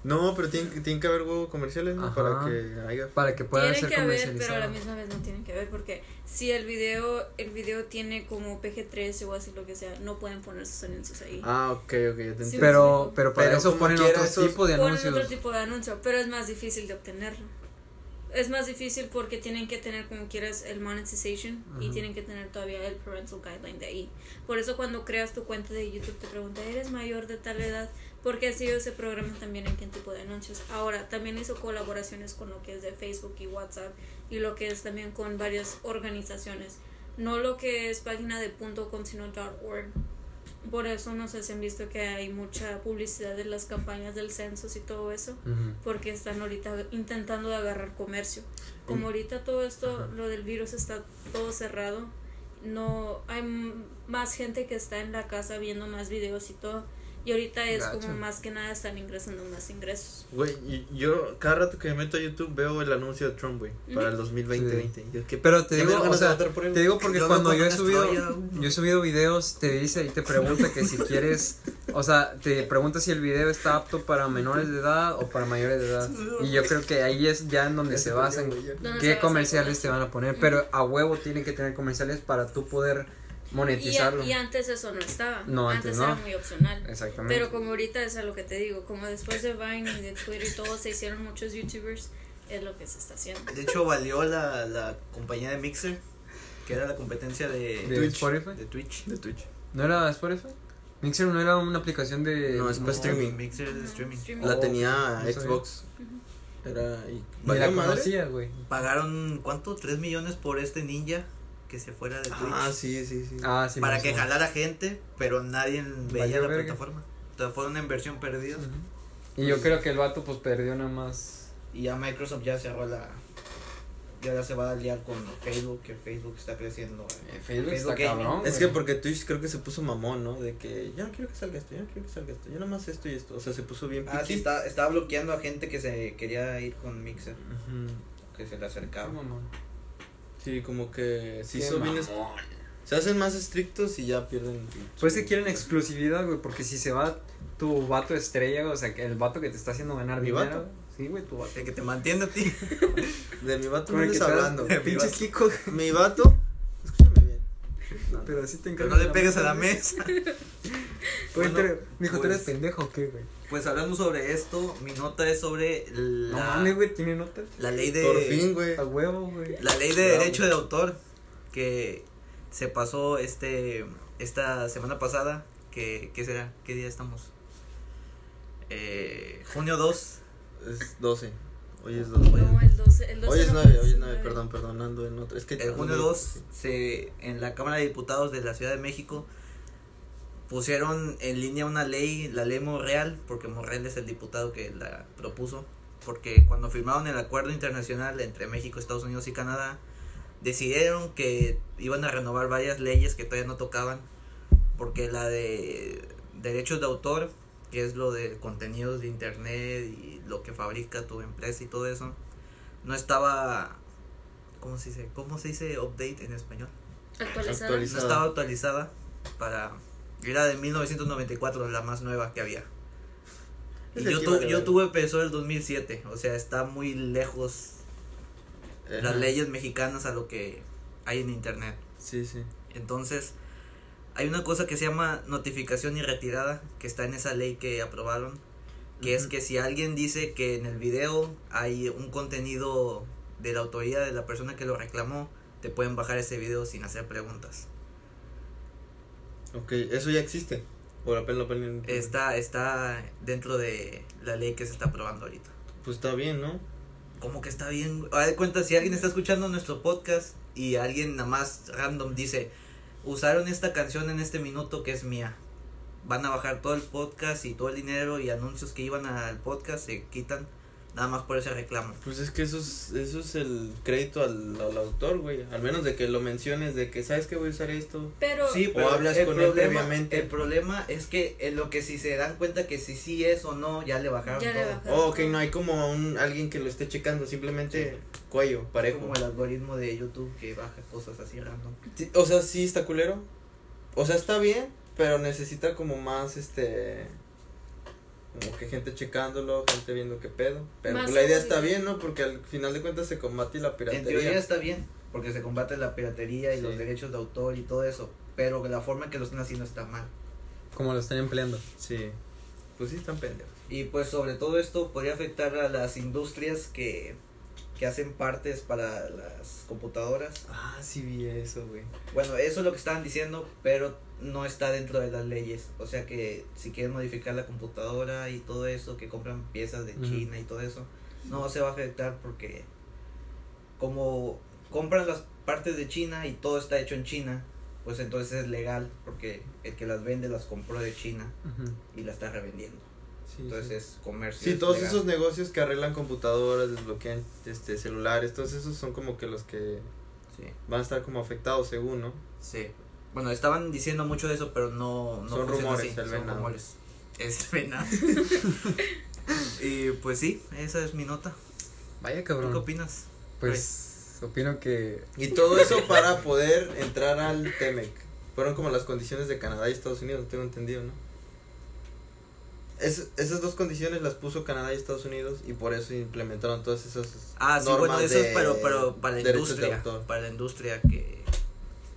Speaker 4: No, pero tienen, que- tienen que haber huevos comerciales, ¿no?
Speaker 2: Ajá.
Speaker 4: Para que haya.
Speaker 2: Para que puedan
Speaker 5: Tienen
Speaker 2: ser
Speaker 5: que haber, pero a la
Speaker 2: comercializados.
Speaker 5: misma vez no tienen que haber porque si el video el video tiene como PG-13 o así lo que sea, no pueden poner sus anuncios ahí.
Speaker 4: Ah, ok, ok, ya te entiendo.
Speaker 5: Sí,
Speaker 2: Pero, pero para
Speaker 4: Pero
Speaker 2: eso
Speaker 4: como
Speaker 2: ponen
Speaker 4: quiera,
Speaker 2: otro
Speaker 4: esos-
Speaker 2: tipo de
Speaker 5: ponen
Speaker 2: anuncios.
Speaker 5: otro tipo de anuncio, pero es más difícil de obtenerlo. Es más difícil porque tienen que tener como quieras el monetization y
Speaker 2: Ajá.
Speaker 5: tienen que tener todavía el parental guideline de ahí. Por eso cuando creas tu cuenta de YouTube te pregunta, ¿eres mayor de tal edad? Porque así ellos se programan también en qué tipo de anuncios. Ahora, también hizo colaboraciones con lo que es de Facebook y WhatsApp y lo que es también con varias organizaciones. No lo que es página de punto com, sino .org. Por eso no sé si han visto que hay mucha publicidad de las campañas del censo y todo eso,
Speaker 2: Ujú.
Speaker 5: porque están ahorita intentando de agarrar comercio. Como ahorita todo esto, lo del virus está todo cerrado, no hay m- más gente que está en la casa viendo más videos y todo. Y ahorita es
Speaker 2: Gacho.
Speaker 5: como más que nada están ingresando más ingresos.
Speaker 4: Güey, y- yo cada rato que me meto a YouTube veo el anuncio de Trump, güey, para el 2020. Yo, ¿qué
Speaker 2: Pero te
Speaker 4: ya
Speaker 2: digo,
Speaker 4: me dieron
Speaker 2: o
Speaker 4: ganas de
Speaker 2: sea,
Speaker 4: votar por él.
Speaker 2: te digo porque
Speaker 6: Yo
Speaker 2: cuando
Speaker 6: no
Speaker 2: yo he
Speaker 6: conozco
Speaker 2: subido,
Speaker 6: ya uno.
Speaker 2: yo he subido videos, te dice y te pregunta que si quieres, o sea, te pregunta si el video está apto para menores de edad o para mayores de edad. Y yo creo que ahí es ya en donde
Speaker 4: Ya
Speaker 2: se
Speaker 4: perdió,
Speaker 2: basan
Speaker 4: güey, ya.
Speaker 5: ¿Dónde se
Speaker 2: qué
Speaker 5: basa el
Speaker 2: comerciales te
Speaker 5: comercio?
Speaker 2: van a poner, pero a huevo tienen que tener comerciales para tú poder
Speaker 5: Y, a-
Speaker 2: monetizarlo.
Speaker 5: y antes eso no estaba.
Speaker 2: No, antes
Speaker 5: antes,
Speaker 2: no.
Speaker 5: era muy opcional.
Speaker 2: Exactamente.
Speaker 5: Pero como ahorita es a lo que te digo, como después de Vine y de Twitter y todo, se hicieron muchos YouTubers, es lo que se está haciendo.
Speaker 6: De hecho, valió la, la compañía de Mixer, que era la competencia de,
Speaker 2: de
Speaker 4: Twitch.
Speaker 2: Spotify.
Speaker 6: de Twitch.
Speaker 4: De Twitch.
Speaker 2: ¿No era Spotify? Mixer no era una aplicación de
Speaker 4: No, es para
Speaker 6: No,
Speaker 4: streaming.
Speaker 6: Mixer es de streaming.
Speaker 5: Streaming.
Speaker 4: La
Speaker 2: Oh,
Speaker 4: tenía
Speaker 2: no sabía.
Speaker 4: Xbox. Era. Y,
Speaker 2: ni
Speaker 4: ¿Valió
Speaker 2: la
Speaker 4: madre?
Speaker 2: conocía, güey.
Speaker 6: Pagaron, ¿cuánto? 3 millones por este ninja que se fuera de Twitch.
Speaker 4: Ah, sí, sí, sí.
Speaker 2: Ah, sí.
Speaker 6: para
Speaker 2: me
Speaker 6: que
Speaker 2: suena.
Speaker 6: jalara gente, pero nadie veía la
Speaker 2: verga.
Speaker 6: plataforma. Entonces fue una inversión perdida.
Speaker 2: Y yo creo que el vato pues perdió nada más
Speaker 6: Y ya Microsoft ya cerró la. Y ahora se va a liar con Facebook, que Facebook está creciendo. eh.
Speaker 2: Eh, Facebook
Speaker 6: Facebook
Speaker 2: está
Speaker 6: Gaming.
Speaker 2: cabrón.
Speaker 4: Es que
Speaker 2: güey.
Speaker 4: porque Twitch creo que se puso mamón, ¿no? De que yo no quiero que salga esto, yo no quiero que salga esto, yo nomás esto y esto. O sea, se puso bien
Speaker 6: Ah, sí,
Speaker 4: piqui.
Speaker 6: está, estaba bloqueando a gente que se quería ir con Mixer,
Speaker 4: Ujú.
Speaker 6: que se le acercaba.
Speaker 4: Sí, como que se
Speaker 2: Qué
Speaker 4: hizo bien. es-
Speaker 2: mamón.
Speaker 4: Se hacen más estrictos y ya pierden.
Speaker 2: Pues que quieren exclusividad, güey, porque si se va tu vato estrella, güey, o sea, que el vato que te está haciendo ganar
Speaker 4: ¿Mi
Speaker 2: dinero,
Speaker 4: vato?
Speaker 2: güey, Sí, güey, tu vato.
Speaker 6: El que te mantiene a ti.
Speaker 4: De mi vato
Speaker 2: Con
Speaker 4: no
Speaker 2: el que te
Speaker 4: andes
Speaker 2: das-
Speaker 4: hablando.
Speaker 6: Mi
Speaker 2: Pinche
Speaker 6: vato.
Speaker 2: Kiko.
Speaker 4: Mi vato, escúchame bien. No,
Speaker 2: Pero así te
Speaker 6: Pero
Speaker 2: encargo.
Speaker 6: no le pegues a la mesa.
Speaker 2: Güey,
Speaker 6: Bueno,
Speaker 2: pero, mijo, ¿tú
Speaker 6: pues-
Speaker 2: eres pendejo o qué, güey?
Speaker 6: Pues hablando sobre esto, mi nota es sobre
Speaker 2: No
Speaker 6: la,
Speaker 2: mames, güey, tiene notas.
Speaker 6: la ley de
Speaker 4: Por fin, güey.
Speaker 2: A huevo, güey.
Speaker 6: la ley de
Speaker 4: Bravo.
Speaker 6: derecho de autor que se pasó este esta semana pasada, que qué será? ¿Qué día estamos? Eh, junio 2.
Speaker 4: Es 12. Hoy es 12.
Speaker 5: No, el 12. El 12
Speaker 4: Hoy es
Speaker 5: no
Speaker 4: 9, hoy
Speaker 5: puede
Speaker 4: es 9,
Speaker 5: ser nueve.
Speaker 4: perdón, perdón, ando en otro. Es que
Speaker 6: El junio 2 se en la Cámara de Diputados de la Ciudad de México pusieron en línea una ley, la ley Monreal, porque Monreal es el diputado que la propuso, porque cuando firmaron el acuerdo internacional entre México, Estados Unidos y Canadá, decidieron que iban a renovar varias leyes que todavía no tocaban, porque la de derechos de autor, que es lo de contenidos de internet y lo que fabrica tu empresa y todo eso, no estaba ¿Cómo se dice? ¿Cómo se dice update en español?
Speaker 5: Actualizado.
Speaker 4: Actualiz-
Speaker 6: No estaba actualizada para... Era de 1994, la más nueva que había. Y
Speaker 4: Es
Speaker 6: yo,
Speaker 4: aquí,
Speaker 6: tu-
Speaker 4: vale,
Speaker 6: yo
Speaker 4: vale.
Speaker 6: tuve empezó el 2007, o sea, está muy lejos
Speaker 4: Ajá.
Speaker 6: las leyes mexicanas a lo que hay en internet.
Speaker 4: Sí, sí.
Speaker 6: Entonces, hay una cosa que se llama notificación y retirada, que está en esa ley que aprobaron, que es
Speaker 4: Ujú.
Speaker 6: que si alguien dice que en el video hay un contenido de la autoría de la persona que lo reclamó, te pueden bajar ese video sin hacer preguntas.
Speaker 4: Ok, eso ya existe. Por apenas lo ponen.
Speaker 6: Está, está dentro de la ley que se está aprobando ahorita.
Speaker 4: Pues está bien, ¿no?
Speaker 6: Como que está bien. güey. Haz de cuenta, si alguien está escuchando nuestro podcast y alguien nada más random dice, usaron esta canción en este minuto que es mía. Van a bajar todo el podcast y todo el dinero y anuncios que iban al podcast se quitan nada más por ese reclamo.
Speaker 4: Pues es que eso es, eso es el crédito al, al autor, güey. Al menos de que lo menciones, de que sabes que voy a usar esto.
Speaker 5: Pero
Speaker 6: Sí,
Speaker 4: O
Speaker 6: pero
Speaker 4: hablas
Speaker 6: el
Speaker 4: con él
Speaker 6: problema,
Speaker 4: previamente.
Speaker 6: El problema es que en lo que si se dan cuenta que si sí es o no, ya le bajaron
Speaker 5: Ya le
Speaker 6: todo.
Speaker 5: bajaron.
Speaker 4: Oh, ok, no hay como un, alguien que lo esté checando, simplemente cuello,
Speaker 6: Es
Speaker 4: parejo.
Speaker 6: como el algoritmo de YouTube que baja cosas así random.
Speaker 4: Sí, O sea, sí está culero. O sea, está bien, pero necesita como más este. Como que gente checándolo, gente viendo qué pedo. Pero
Speaker 5: Más
Speaker 4: pues, la idea está
Speaker 5: seguridad.
Speaker 4: bien, ¿no? Porque al final de cuentas se combate la
Speaker 6: En teoría
Speaker 4: piratería.
Speaker 6: está bien, porque se combate la piratería y
Speaker 4: Sí.
Speaker 6: los derechos de autor y todo eso, pero la forma en que lo están haciendo está mal.
Speaker 2: Como lo están empleando.
Speaker 4: Sí. Pues sí, están pendejos.
Speaker 6: Y pues sobre todo esto podría afectar a las industrias que, que hacen partes para las computadoras.
Speaker 4: Ah, sí vi eso, güey.
Speaker 6: Bueno, eso es lo que estaban diciendo, pero no está dentro de las leyes. O sea que si quieren modificar la computadora y todo eso, que compran piezas de
Speaker 2: Ujú.
Speaker 6: China y todo eso, no se va a afectar porque como compran las partes de China y todo está hecho en China, pues entonces es legal porque el que las vende las compró de China y las está revendiendo.
Speaker 4: Sí,
Speaker 6: Entonces
Speaker 4: sí.
Speaker 6: es comercio.
Speaker 4: Sí,
Speaker 6: es
Speaker 4: todos
Speaker 6: legal.
Speaker 4: esos negocios que arreglan computadoras, desbloquean este celulares, todos esos son como que los que
Speaker 6: Sí.
Speaker 4: van a estar como afectados según, ¿no?
Speaker 6: Sí. Bueno, estaban diciendo mucho de eso, pero no, no
Speaker 4: Son
Speaker 6: funciona
Speaker 4: rumores,
Speaker 6: así,
Speaker 4: el
Speaker 6: son
Speaker 4: venado.
Speaker 6: rumores. Es venado. y pues sí, esa es mi nota.
Speaker 2: Vaya
Speaker 6: ¿Tú qué
Speaker 2: cabrón.
Speaker 6: opinas?
Speaker 2: Pues opino que
Speaker 4: Y todo eso para poder entrar al Temec. Fueron como las condiciones de Canadá y Estados Unidos, tengo entendido, ¿no? Es- esas dos condiciones las puso Canadá y Estados Unidos y por eso implementaron todas esas
Speaker 6: Ah, sí, bueno, eso es pero, pero para la
Speaker 4: derechos de
Speaker 6: industria.
Speaker 4: autor.
Speaker 6: Para la industria que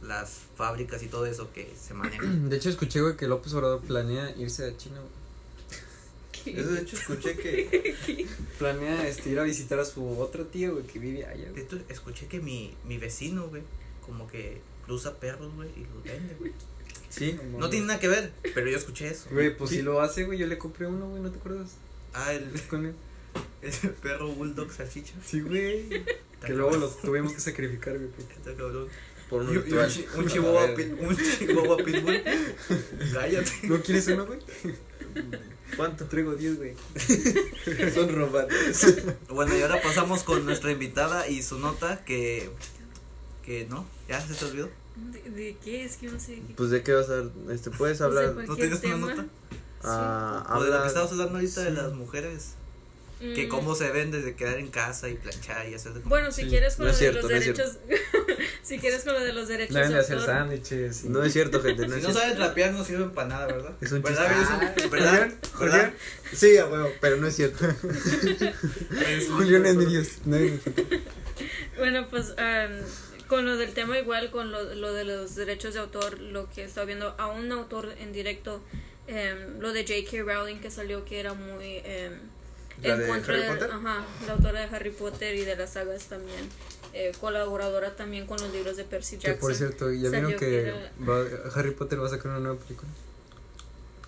Speaker 6: las fábricas y todo eso que se manejan.
Speaker 2: De hecho, escuché, güey, que López Obrador planea irse a China, güey.
Speaker 5: ¿qué?
Speaker 4: Eso de hecho escuché que
Speaker 2: Planea este, ir a visitar a su otro tío, güey, que vive allá,
Speaker 6: De hecho, escuché que mi, mi vecino, güey, como que cruza perros, güey, y los vende, güey.
Speaker 4: sí,
Speaker 6: No tiene nada que ver, pero yo escuché eso.
Speaker 2: Güey, pues
Speaker 4: Sí.
Speaker 2: si lo hace, güey, yo le compré uno, güey, ¿no te acuerdas?
Speaker 6: Ah, el,
Speaker 2: Con él.
Speaker 6: el perro bulldog salchicha.
Speaker 2: Sí, güey. que luego los tuvimos que sacrificar, güey. porque-
Speaker 6: Está cabrón.
Speaker 4: por un
Speaker 6: Y- y
Speaker 4: ritual.
Speaker 6: chi- un chihuahua,
Speaker 4: A ver,
Speaker 6: pit- un chihuahua pitbull. Cállate.
Speaker 2: ¿No quieres uno, güey?
Speaker 4: ¿Cuánto?
Speaker 2: Traigo 10, güey.
Speaker 4: Son robados.
Speaker 6: Bueno, y ahora pasamos con nuestra invitada y su nota que. que no, ya se te olvidó.
Speaker 5: ¿De, de qué? Es que no sé. de qué-
Speaker 4: Pues de qué vas a este puedes
Speaker 5: no sé
Speaker 4: hablar
Speaker 5: cualquier
Speaker 6: ¿No tienes una
Speaker 5: tema.
Speaker 6: nota?
Speaker 4: ah,
Speaker 6: O de lo
Speaker 4: habla-
Speaker 6: que estabas hablando ahorita de
Speaker 4: sí.
Speaker 6: las mujeres.
Speaker 5: Mm,
Speaker 6: Que cómo se ven desde quedar en casa y planchar y hacer de comer.
Speaker 5: Bueno, si
Speaker 4: Sí.
Speaker 5: quieres con
Speaker 4: No
Speaker 5: lo
Speaker 4: es
Speaker 5: de
Speaker 4: cierto,
Speaker 5: los
Speaker 4: no es cierto.
Speaker 5: derechos. si quieres con lo de los derechos.
Speaker 2: Deben de hacer
Speaker 5: autor,
Speaker 2: sándwiches. y-
Speaker 4: No es cierto, gente, no
Speaker 6: Si
Speaker 4: es
Speaker 6: no
Speaker 4: cierto.
Speaker 6: sabes rapear, no sirven para nada, ¿verdad?
Speaker 4: Es un
Speaker 6: ¿Verdad,
Speaker 5: Ah.
Speaker 4: chiste.
Speaker 6: Virus? ¿Verdad?
Speaker 4: ¿Verdad? Sí, a huevo, pero no es cierto.
Speaker 2: Julián es mi dios. No es mi dios.
Speaker 5: Bueno, pues em, con lo del tema igual, con lo, lo de los derechos de autor, lo que estaba viendo a un autor en directo, em, lo de J.K. Rowling que salió que era muy... em,
Speaker 4: ¿La de Harry
Speaker 5: del-
Speaker 4: Potter?
Speaker 5: ajá, la autora de Harry Potter y de las sagas también, eh, colaboradora también con los libros de Percy
Speaker 2: Que
Speaker 5: Jackson.
Speaker 2: por cierto, ¿ya
Speaker 5: Salió
Speaker 2: vieron que
Speaker 5: era
Speaker 2: va- Harry Potter va a sacar una nueva película?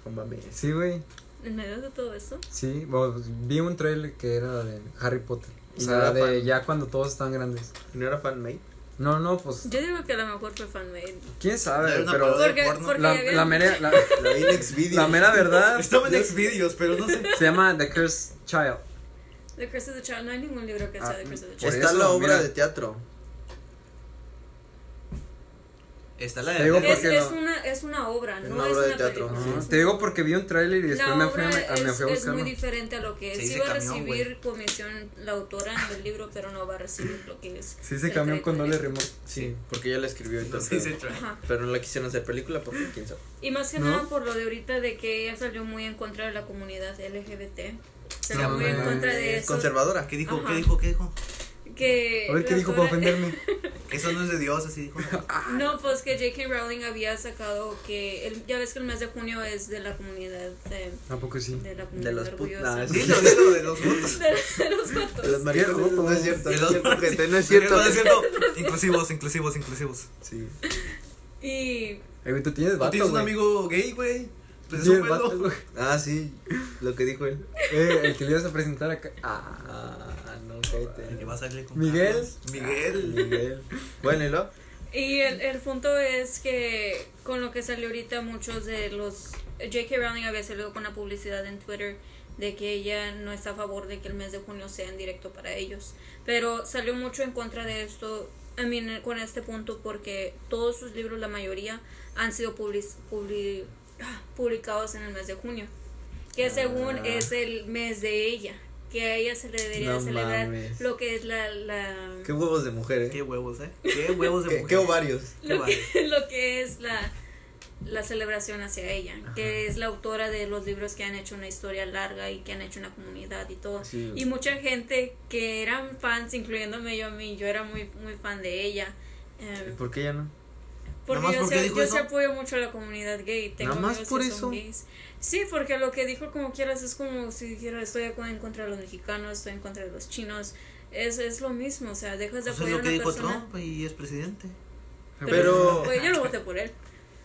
Speaker 4: No mames.
Speaker 2: Sí, güey.
Speaker 5: En medio de todo esto,
Speaker 2: Sí, bueno, vi un trailer que era la de Harry Potter. O
Speaker 4: Y
Speaker 2: sea,
Speaker 4: no era
Speaker 2: de
Speaker 4: fan.
Speaker 2: ya cuando todos están grandes.
Speaker 4: ¿No era fanmate?
Speaker 2: No, no, pues,
Speaker 5: yo digo que a lo mejor fue fanmade.
Speaker 2: quién sabe,
Speaker 6: Era una
Speaker 2: pero
Speaker 6: parodia.
Speaker 5: Porque,
Speaker 6: porno.
Speaker 5: porque
Speaker 2: la,
Speaker 5: ya ven-
Speaker 2: la mera, la,
Speaker 4: La vi en Xvideos.
Speaker 2: la mera verdad
Speaker 6: Estaba en Xvideos, pero no sé.
Speaker 2: se llama The Cursed Child.
Speaker 5: The Curse of the Child, no hay ningún libro que sea
Speaker 2: Ah,
Speaker 5: The Curse of the
Speaker 2: por
Speaker 5: Child.
Speaker 4: Está
Speaker 2: eso,
Speaker 4: la obra
Speaker 2: mira.
Speaker 4: de teatro.
Speaker 6: Está la
Speaker 2: Te digo
Speaker 6: de.
Speaker 5: Es,
Speaker 2: porque
Speaker 5: es
Speaker 2: no.
Speaker 5: una, es una obra,
Speaker 4: Es
Speaker 5: no
Speaker 4: una
Speaker 5: es
Speaker 4: obra de
Speaker 5: una
Speaker 4: teatro,
Speaker 5: película.
Speaker 2: Ajá. Te digo porque vi un trailer y después
Speaker 5: La
Speaker 2: me fui, a, a-
Speaker 5: obra
Speaker 2: me
Speaker 5: es,
Speaker 2: fui a
Speaker 5: es muy
Speaker 2: buscarlo.
Speaker 5: diferente a lo que es.
Speaker 6: Se
Speaker 5: Sí
Speaker 6: dice
Speaker 5: va a
Speaker 6: camión,
Speaker 5: recibir comisión la autora en el libro, pero no va a recibir lo que es.
Speaker 2: Sí, se
Speaker 5: el
Speaker 2: cambió con
Speaker 5: crédito.
Speaker 2: doble remor.
Speaker 4: Sí, porque ella la escribió y todo.
Speaker 6: No sé si
Speaker 4: pero-
Speaker 6: trae.
Speaker 5: Ajá.
Speaker 4: Pero no la quisieron hacer película porque quién sabe.
Speaker 5: Y más que
Speaker 2: ¿No?
Speaker 5: nada por lo de ahorita de que ella salió muy en contra de la comunidad LGBT. Salió
Speaker 2: No,
Speaker 5: muy en
Speaker 2: no,
Speaker 5: contra de
Speaker 4: Es
Speaker 5: eso.
Speaker 4: conservadora.
Speaker 6: ¿Qué dijo?
Speaker 5: Ajá.
Speaker 6: ¿Qué dijo? ¿Qué dijo?
Speaker 5: Que
Speaker 2: A ver qué
Speaker 5: la
Speaker 2: dijo para
Speaker 5: autora-
Speaker 2: ofenderme.
Speaker 6: Eso no es de Dios, así dijo.
Speaker 5: No, pues que J.K. Rowling había sacado que. el- ya ves que el mes de junio es de la comunidad. De,
Speaker 2: ¿A poco sí?
Speaker 5: de la comunidad
Speaker 4: De los put-
Speaker 5: orgullosa.
Speaker 4: nah, sí.
Speaker 6: Dilo, dilo de los juntos.
Speaker 5: de, de los vatos.
Speaker 4: Los maricones, Pues, no es cierto, no es cierto, gente, no es
Speaker 6: No
Speaker 4: cierto.
Speaker 6: es cierto. Inclusivos, inclusivos, inclusivos.
Speaker 4: Sí.
Speaker 5: Y
Speaker 2: Ay, güey, tú tienes
Speaker 6: ¿Tú
Speaker 2: vato,
Speaker 6: tienes un
Speaker 2: güey.
Speaker 6: amigo gay, güey?
Speaker 2: Tú
Speaker 6: Pues
Speaker 2: tienes
Speaker 6: eso,
Speaker 2: vato,
Speaker 6: güey.
Speaker 2: güey.
Speaker 4: Ah, sí, lo que dijo él.
Speaker 2: Eh, el que le ibas a presentar acá. Ah.
Speaker 4: Ah, no, cállate.
Speaker 6: Y vas a irle con
Speaker 2: Miguel.
Speaker 6: Carlos. Miguel.
Speaker 4: Miguel. Bueno, y luego,
Speaker 5: Y el, el punto es que con lo que salió ahorita muchos de los... J.K. Rowling había salido con una publicidad en Twitter de que ella no está a favor de que el mes de junio sea en directo para ellos. Pero salió mucho en contra de esto, I mean, con este punto, porque todos sus libros, la mayoría, han sido publis- publi- ah, publicados en el mes de junio. Que según
Speaker 4: Ah.
Speaker 5: es el mes de ella. Que a ella se le debería
Speaker 4: No
Speaker 5: celebrar
Speaker 4: mames.
Speaker 5: lo que es la... la
Speaker 4: qué huevos de mujer,
Speaker 6: Qué
Speaker 4: ¿eh?
Speaker 6: huevos, ¿eh? Qué huevos de
Speaker 4: Qué,
Speaker 6: mujer.
Speaker 4: qué ovarios.
Speaker 6: Qué
Speaker 5: lo
Speaker 6: varios.
Speaker 5: que, lo que es la, la celebración hacia ella, que es la autora de los libros que han hecho una historia larga y que han hecho una comunidad y todo.
Speaker 4: Sí.
Speaker 5: Y mucha gente que eran fans, incluyéndome yo a mí, yo era muy, muy fan de ella. em,
Speaker 4: ¿Por qué ya no?
Speaker 5: porque
Speaker 6: ¿Nomás
Speaker 5: yo,
Speaker 6: porque
Speaker 5: se-
Speaker 6: dijo
Speaker 5: yo
Speaker 6: eso?
Speaker 5: se apoyo mucho a la comunidad gay. Tengo
Speaker 4: ¿Nomás
Speaker 5: amigos
Speaker 4: por
Speaker 5: que son
Speaker 4: eso?
Speaker 5: gays. Sí, porque lo que dijo como quieras es como si dijera estoy en contra de los mexicanos, estoy en contra de los chinos. Es, es lo mismo, o sea, dejas de
Speaker 6: Eso Pues
Speaker 5: apoyar
Speaker 6: es lo que
Speaker 5: a una
Speaker 6: dijo
Speaker 5: persona.
Speaker 6: Trump y es presidente.
Speaker 4: Pero-
Speaker 5: Pues yo no voté por él.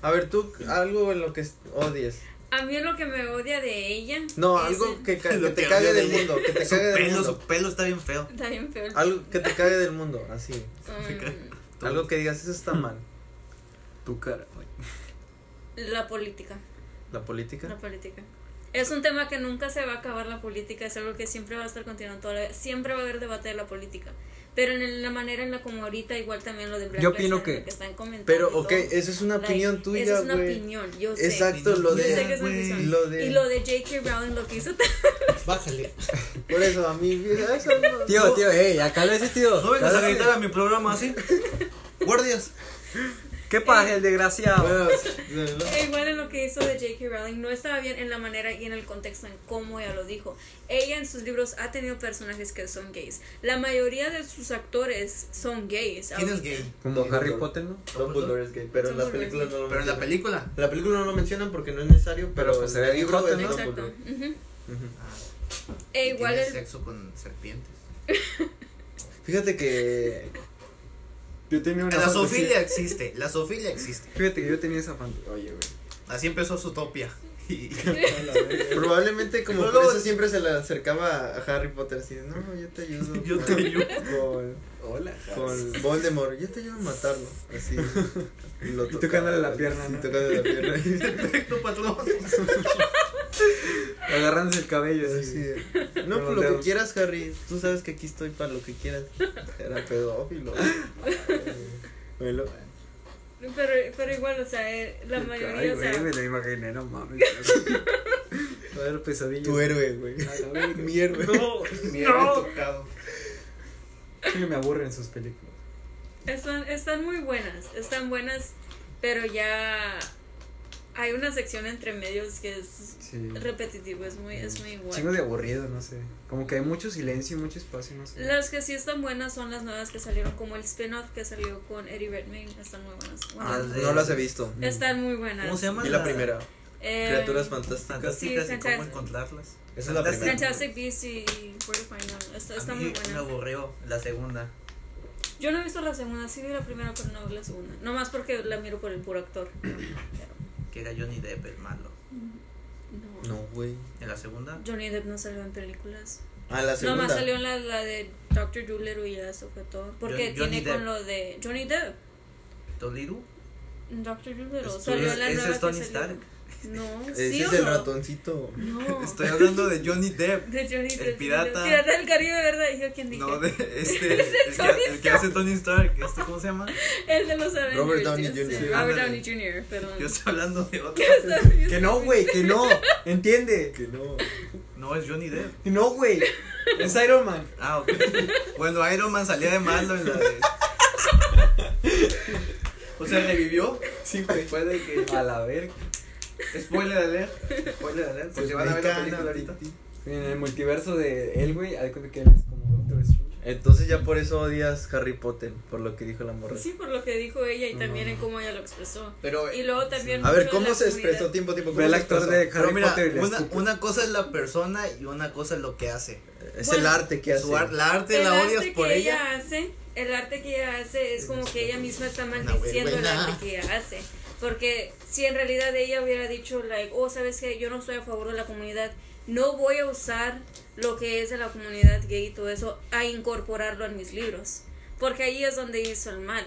Speaker 4: A ver, tú, algo en lo que odies.
Speaker 5: A mí lo que me odia de ella.
Speaker 4: No,
Speaker 5: es
Speaker 4: algo
Speaker 5: el-
Speaker 4: que, ca- que
Speaker 6: Lo
Speaker 4: te
Speaker 6: que
Speaker 4: cague
Speaker 6: odio de
Speaker 4: del
Speaker 6: ella.
Speaker 4: mundo, que te
Speaker 6: Su
Speaker 4: cague del
Speaker 6: pelo, su
Speaker 4: mundo.
Speaker 6: pelo está bien feo.
Speaker 5: Está bien peor.
Speaker 4: Algo que te cague del mundo, así.
Speaker 5: Um,
Speaker 4: Algo que digas, eso está mal.
Speaker 2: Tu cara, güey.
Speaker 5: la política.
Speaker 4: La
Speaker 5: La
Speaker 4: política.
Speaker 5: política. Es un tema que nunca se va a acabar la política, es algo que siempre va a estar continuando toda la- Siempre va a haber debate de la política. Pero en la manera en la como ahorita, igual también lo de Black
Speaker 2: Yo
Speaker 5: Lives
Speaker 2: opino
Speaker 5: Matter
Speaker 2: que-
Speaker 5: están comentando.
Speaker 4: Pero,
Speaker 5: y
Speaker 4: ok,
Speaker 5: todo.
Speaker 4: eso es una
Speaker 5: Like,
Speaker 4: opinión
Speaker 5: Esa
Speaker 4: tuya,
Speaker 5: es una
Speaker 4: güey.
Speaker 5: opinión, yo sé.
Speaker 4: Exacto, lo
Speaker 5: Yo sé que
Speaker 4: de.
Speaker 5: es una
Speaker 6: Güey,
Speaker 5: opinión.
Speaker 4: lo de-
Speaker 5: Y lo de J.K. Rowling, lo que hizo también.
Speaker 6: Bájale.
Speaker 4: Por eso, a mí. eso no-
Speaker 2: Tío,
Speaker 4: no-
Speaker 2: tío, ey, acá le dices, tío.
Speaker 6: No vengas a
Speaker 2: Cálmate.
Speaker 6: gritar a mi programa así. Guardias.
Speaker 2: ¿Qué pasa, el desgraciado?
Speaker 4: Bueno, no, no.
Speaker 5: E Igual en lo que hizo de J.K. Rowling, no estaba bien en la manera y en el contexto en cómo ella lo dijo. Ella en sus libros ha tenido personajes que son gays. La mayoría de sus actores son gays.
Speaker 6: ¿Quién es gay?
Speaker 2: Como Harry Potter, ¿no?
Speaker 4: Dumbledore es gay, pero en la
Speaker 5: Dumbledore es
Speaker 4: película
Speaker 5: gay.
Speaker 4: no lo
Speaker 6: Pero en la
Speaker 4: mencionan.
Speaker 6: película.
Speaker 4: En la película no lo mencionan porque no es necesario, pero,
Speaker 2: Pero, pues, se
Speaker 4: en
Speaker 2: ve
Speaker 4: el libro
Speaker 2: bigote,
Speaker 4: es
Speaker 2: ¿no?
Speaker 5: Exacto.
Speaker 4: Dumbledore.
Speaker 5: ujú.
Speaker 4: Ujú.
Speaker 5: E
Speaker 6: Y
Speaker 5: igual
Speaker 6: tiene
Speaker 5: el-
Speaker 6: sexo con serpientes.
Speaker 4: Fíjate que
Speaker 2: Yo tenía
Speaker 6: La zoofilia existe. La zoofilia existe.
Speaker 2: Fíjate que yo tenía esa fantasía. Oye, güey.
Speaker 6: Así empezó Zootopia. Y-
Speaker 4: probablemente como
Speaker 6: No,
Speaker 4: por
Speaker 6: no.
Speaker 4: eso siempre se le acercaba a Harry Potter así, no, yo te ayudo.
Speaker 6: Yo
Speaker 4: con-
Speaker 6: te ayudo.
Speaker 4: Con,
Speaker 6: Hola.
Speaker 4: con Voldemort, yo te ayudo a matarlo, así. Y, lo
Speaker 2: Y
Speaker 4: tocaba,
Speaker 2: tocándole la pierna,
Speaker 4: sí,
Speaker 2: ¿no?
Speaker 4: tocándole la pierna.
Speaker 6: Perfecto, patrón.
Speaker 2: Agarrándose el cabello. así.
Speaker 4: Así de, No,
Speaker 2: Con los
Speaker 4: pues lo que
Speaker 2: dedos.
Speaker 4: quieras, Harry. Tú sabes que aquí estoy para lo que quieras. Era pedófilo. Bueno,
Speaker 5: pero, pero igual, o sea, eh, la mayoría.
Speaker 2: Ay,
Speaker 5: o sea,
Speaker 2: güey, me lo imaginé, no mames. Va a haber pesadillas.
Speaker 4: tu héroe, güey. Mi héroe.
Speaker 2: No,
Speaker 3: Mierda, tocado.
Speaker 2: sí, me aburren sus películas.
Speaker 5: están, están muy buenas. Están buenas, pero ya. hay una sección entre medios que es
Speaker 2: Sí.
Speaker 5: repetitivo, es muy, es muy igual.
Speaker 2: Chingo de aburrido, no sé. Como que hay mucho silencio y mucho espacio, no sé.
Speaker 5: Las que sí están buenas son las nuevas que salieron, como el spin-off que salió con Eddie Redmayne, están muy buenas. Bueno,
Speaker 6: Ah, de-
Speaker 4: No las he visto.
Speaker 5: están muy buenas.
Speaker 6: ¿Cómo se llama?
Speaker 4: Y la primera,
Speaker 5: Eh,
Speaker 4: Criaturas Fantásticas.
Speaker 6: Fantásticas
Speaker 5: Sí,
Speaker 6: y cómo
Speaker 5: Fantastic-
Speaker 6: encontrarlas.
Speaker 4: Esa es la
Speaker 6: Fantastic-
Speaker 4: primera.
Speaker 5: Fantastic Beasts y Where to Find Them. Está, está
Speaker 6: A
Speaker 5: muy
Speaker 6: mí me
Speaker 5: buena.
Speaker 6: aburrió la segunda.
Speaker 5: Yo no he visto la segunda, sí vi la primera, pero no vi la segunda. Nomás porque la miro por el puro actor. Pero,
Speaker 6: Que era Johnny Depp, el malo.
Speaker 5: no.
Speaker 4: No, güey.
Speaker 6: En la segunda.
Speaker 5: Johnny Depp no salió en películas.
Speaker 4: Ah, la segunda.
Speaker 5: Nomás salió en la, la de Doctor Dolittle y ya eso fue todo. Porque
Speaker 6: Johnny- Johnny
Speaker 5: tiene
Speaker 6: Depp.
Speaker 5: con lo de Johnny Depp.
Speaker 6: Toliru.
Speaker 5: Doctor Dolittle
Speaker 6: Es-
Speaker 5: salió
Speaker 6: es-
Speaker 5: en la
Speaker 6: ese
Speaker 5: nueva
Speaker 6: es Tony
Speaker 5: que salió.
Speaker 6: Stark.
Speaker 5: No,
Speaker 4: Ese
Speaker 5: sí
Speaker 4: es
Speaker 5: o
Speaker 4: el
Speaker 5: no?
Speaker 4: ratoncito.
Speaker 5: No.
Speaker 6: Estoy hablando de Johnny Depp.
Speaker 5: De Johnny Depp.
Speaker 6: El pirata.
Speaker 5: Pirata del Caribe, ¿verdad? Y yo quien dije.
Speaker 6: No, de este. el, que,
Speaker 5: Tony
Speaker 6: el que hace Tony Stark. Este, ¿Cómo se llama?
Speaker 5: El de los Avengers.
Speaker 4: Robert Downey
Speaker 5: yo sé. Ah,
Speaker 4: Jr.. Sí,
Speaker 5: Robert
Speaker 6: ándale.
Speaker 5: Downey Jr., perdón.
Speaker 6: Yo estoy hablando de otro.
Speaker 2: Que no, güey, que no. Entiende.
Speaker 4: Que no.
Speaker 6: No, es Johnny Depp.
Speaker 2: Que no, güey. Es Iron Man.
Speaker 6: Ah, ok. Bueno, Iron Man salía de malo en la de. O sea, revivió.
Speaker 2: Sí, güey.
Speaker 6: Puede que.
Speaker 2: A la verga.
Speaker 6: Spoiler alert. Spoiler alert. Pues se van a ver la película ahorita.
Speaker 2: En el multiverso de él, güey, hay que que él es como Doctor Strange.
Speaker 4: Entonces ya por eso odias Harry Potter, por lo que dijo la morra.
Speaker 5: Sí, por lo que dijo ella y también
Speaker 2: No.
Speaker 5: en cómo ella lo expresó.
Speaker 3: Pero
Speaker 6: eh,
Speaker 5: Y luego también.
Speaker 4: A ver,
Speaker 5: mucho de
Speaker 4: ¿cómo
Speaker 5: la
Speaker 4: se
Speaker 5: comunidad.
Speaker 4: expresó tiempo, tiempo?
Speaker 2: Ve el actor de
Speaker 6: Pero
Speaker 2: Harry
Speaker 6: mira,
Speaker 2: Potter y le
Speaker 6: una,
Speaker 2: escupe.
Speaker 6: una cosa es la persona y una cosa es lo que hace.
Speaker 4: Es
Speaker 5: Bueno,
Speaker 4: el arte que hace.
Speaker 6: Su ar- la arte
Speaker 5: El
Speaker 6: la
Speaker 5: arte
Speaker 6: odias
Speaker 5: que
Speaker 6: por ella.
Speaker 5: ella hace, el arte que ella hace es como que ella misma está maldiciendo el
Speaker 3: vergüenza.
Speaker 5: arte que ella hace. Porque si en realidad ella hubiera dicho, like, oh, sabes que yo no estoy a favor de la comunidad, no voy a usar lo que es de la comunidad gay y todo eso a incorporarlo en mis libros. Porque ahí es donde hizo el mal.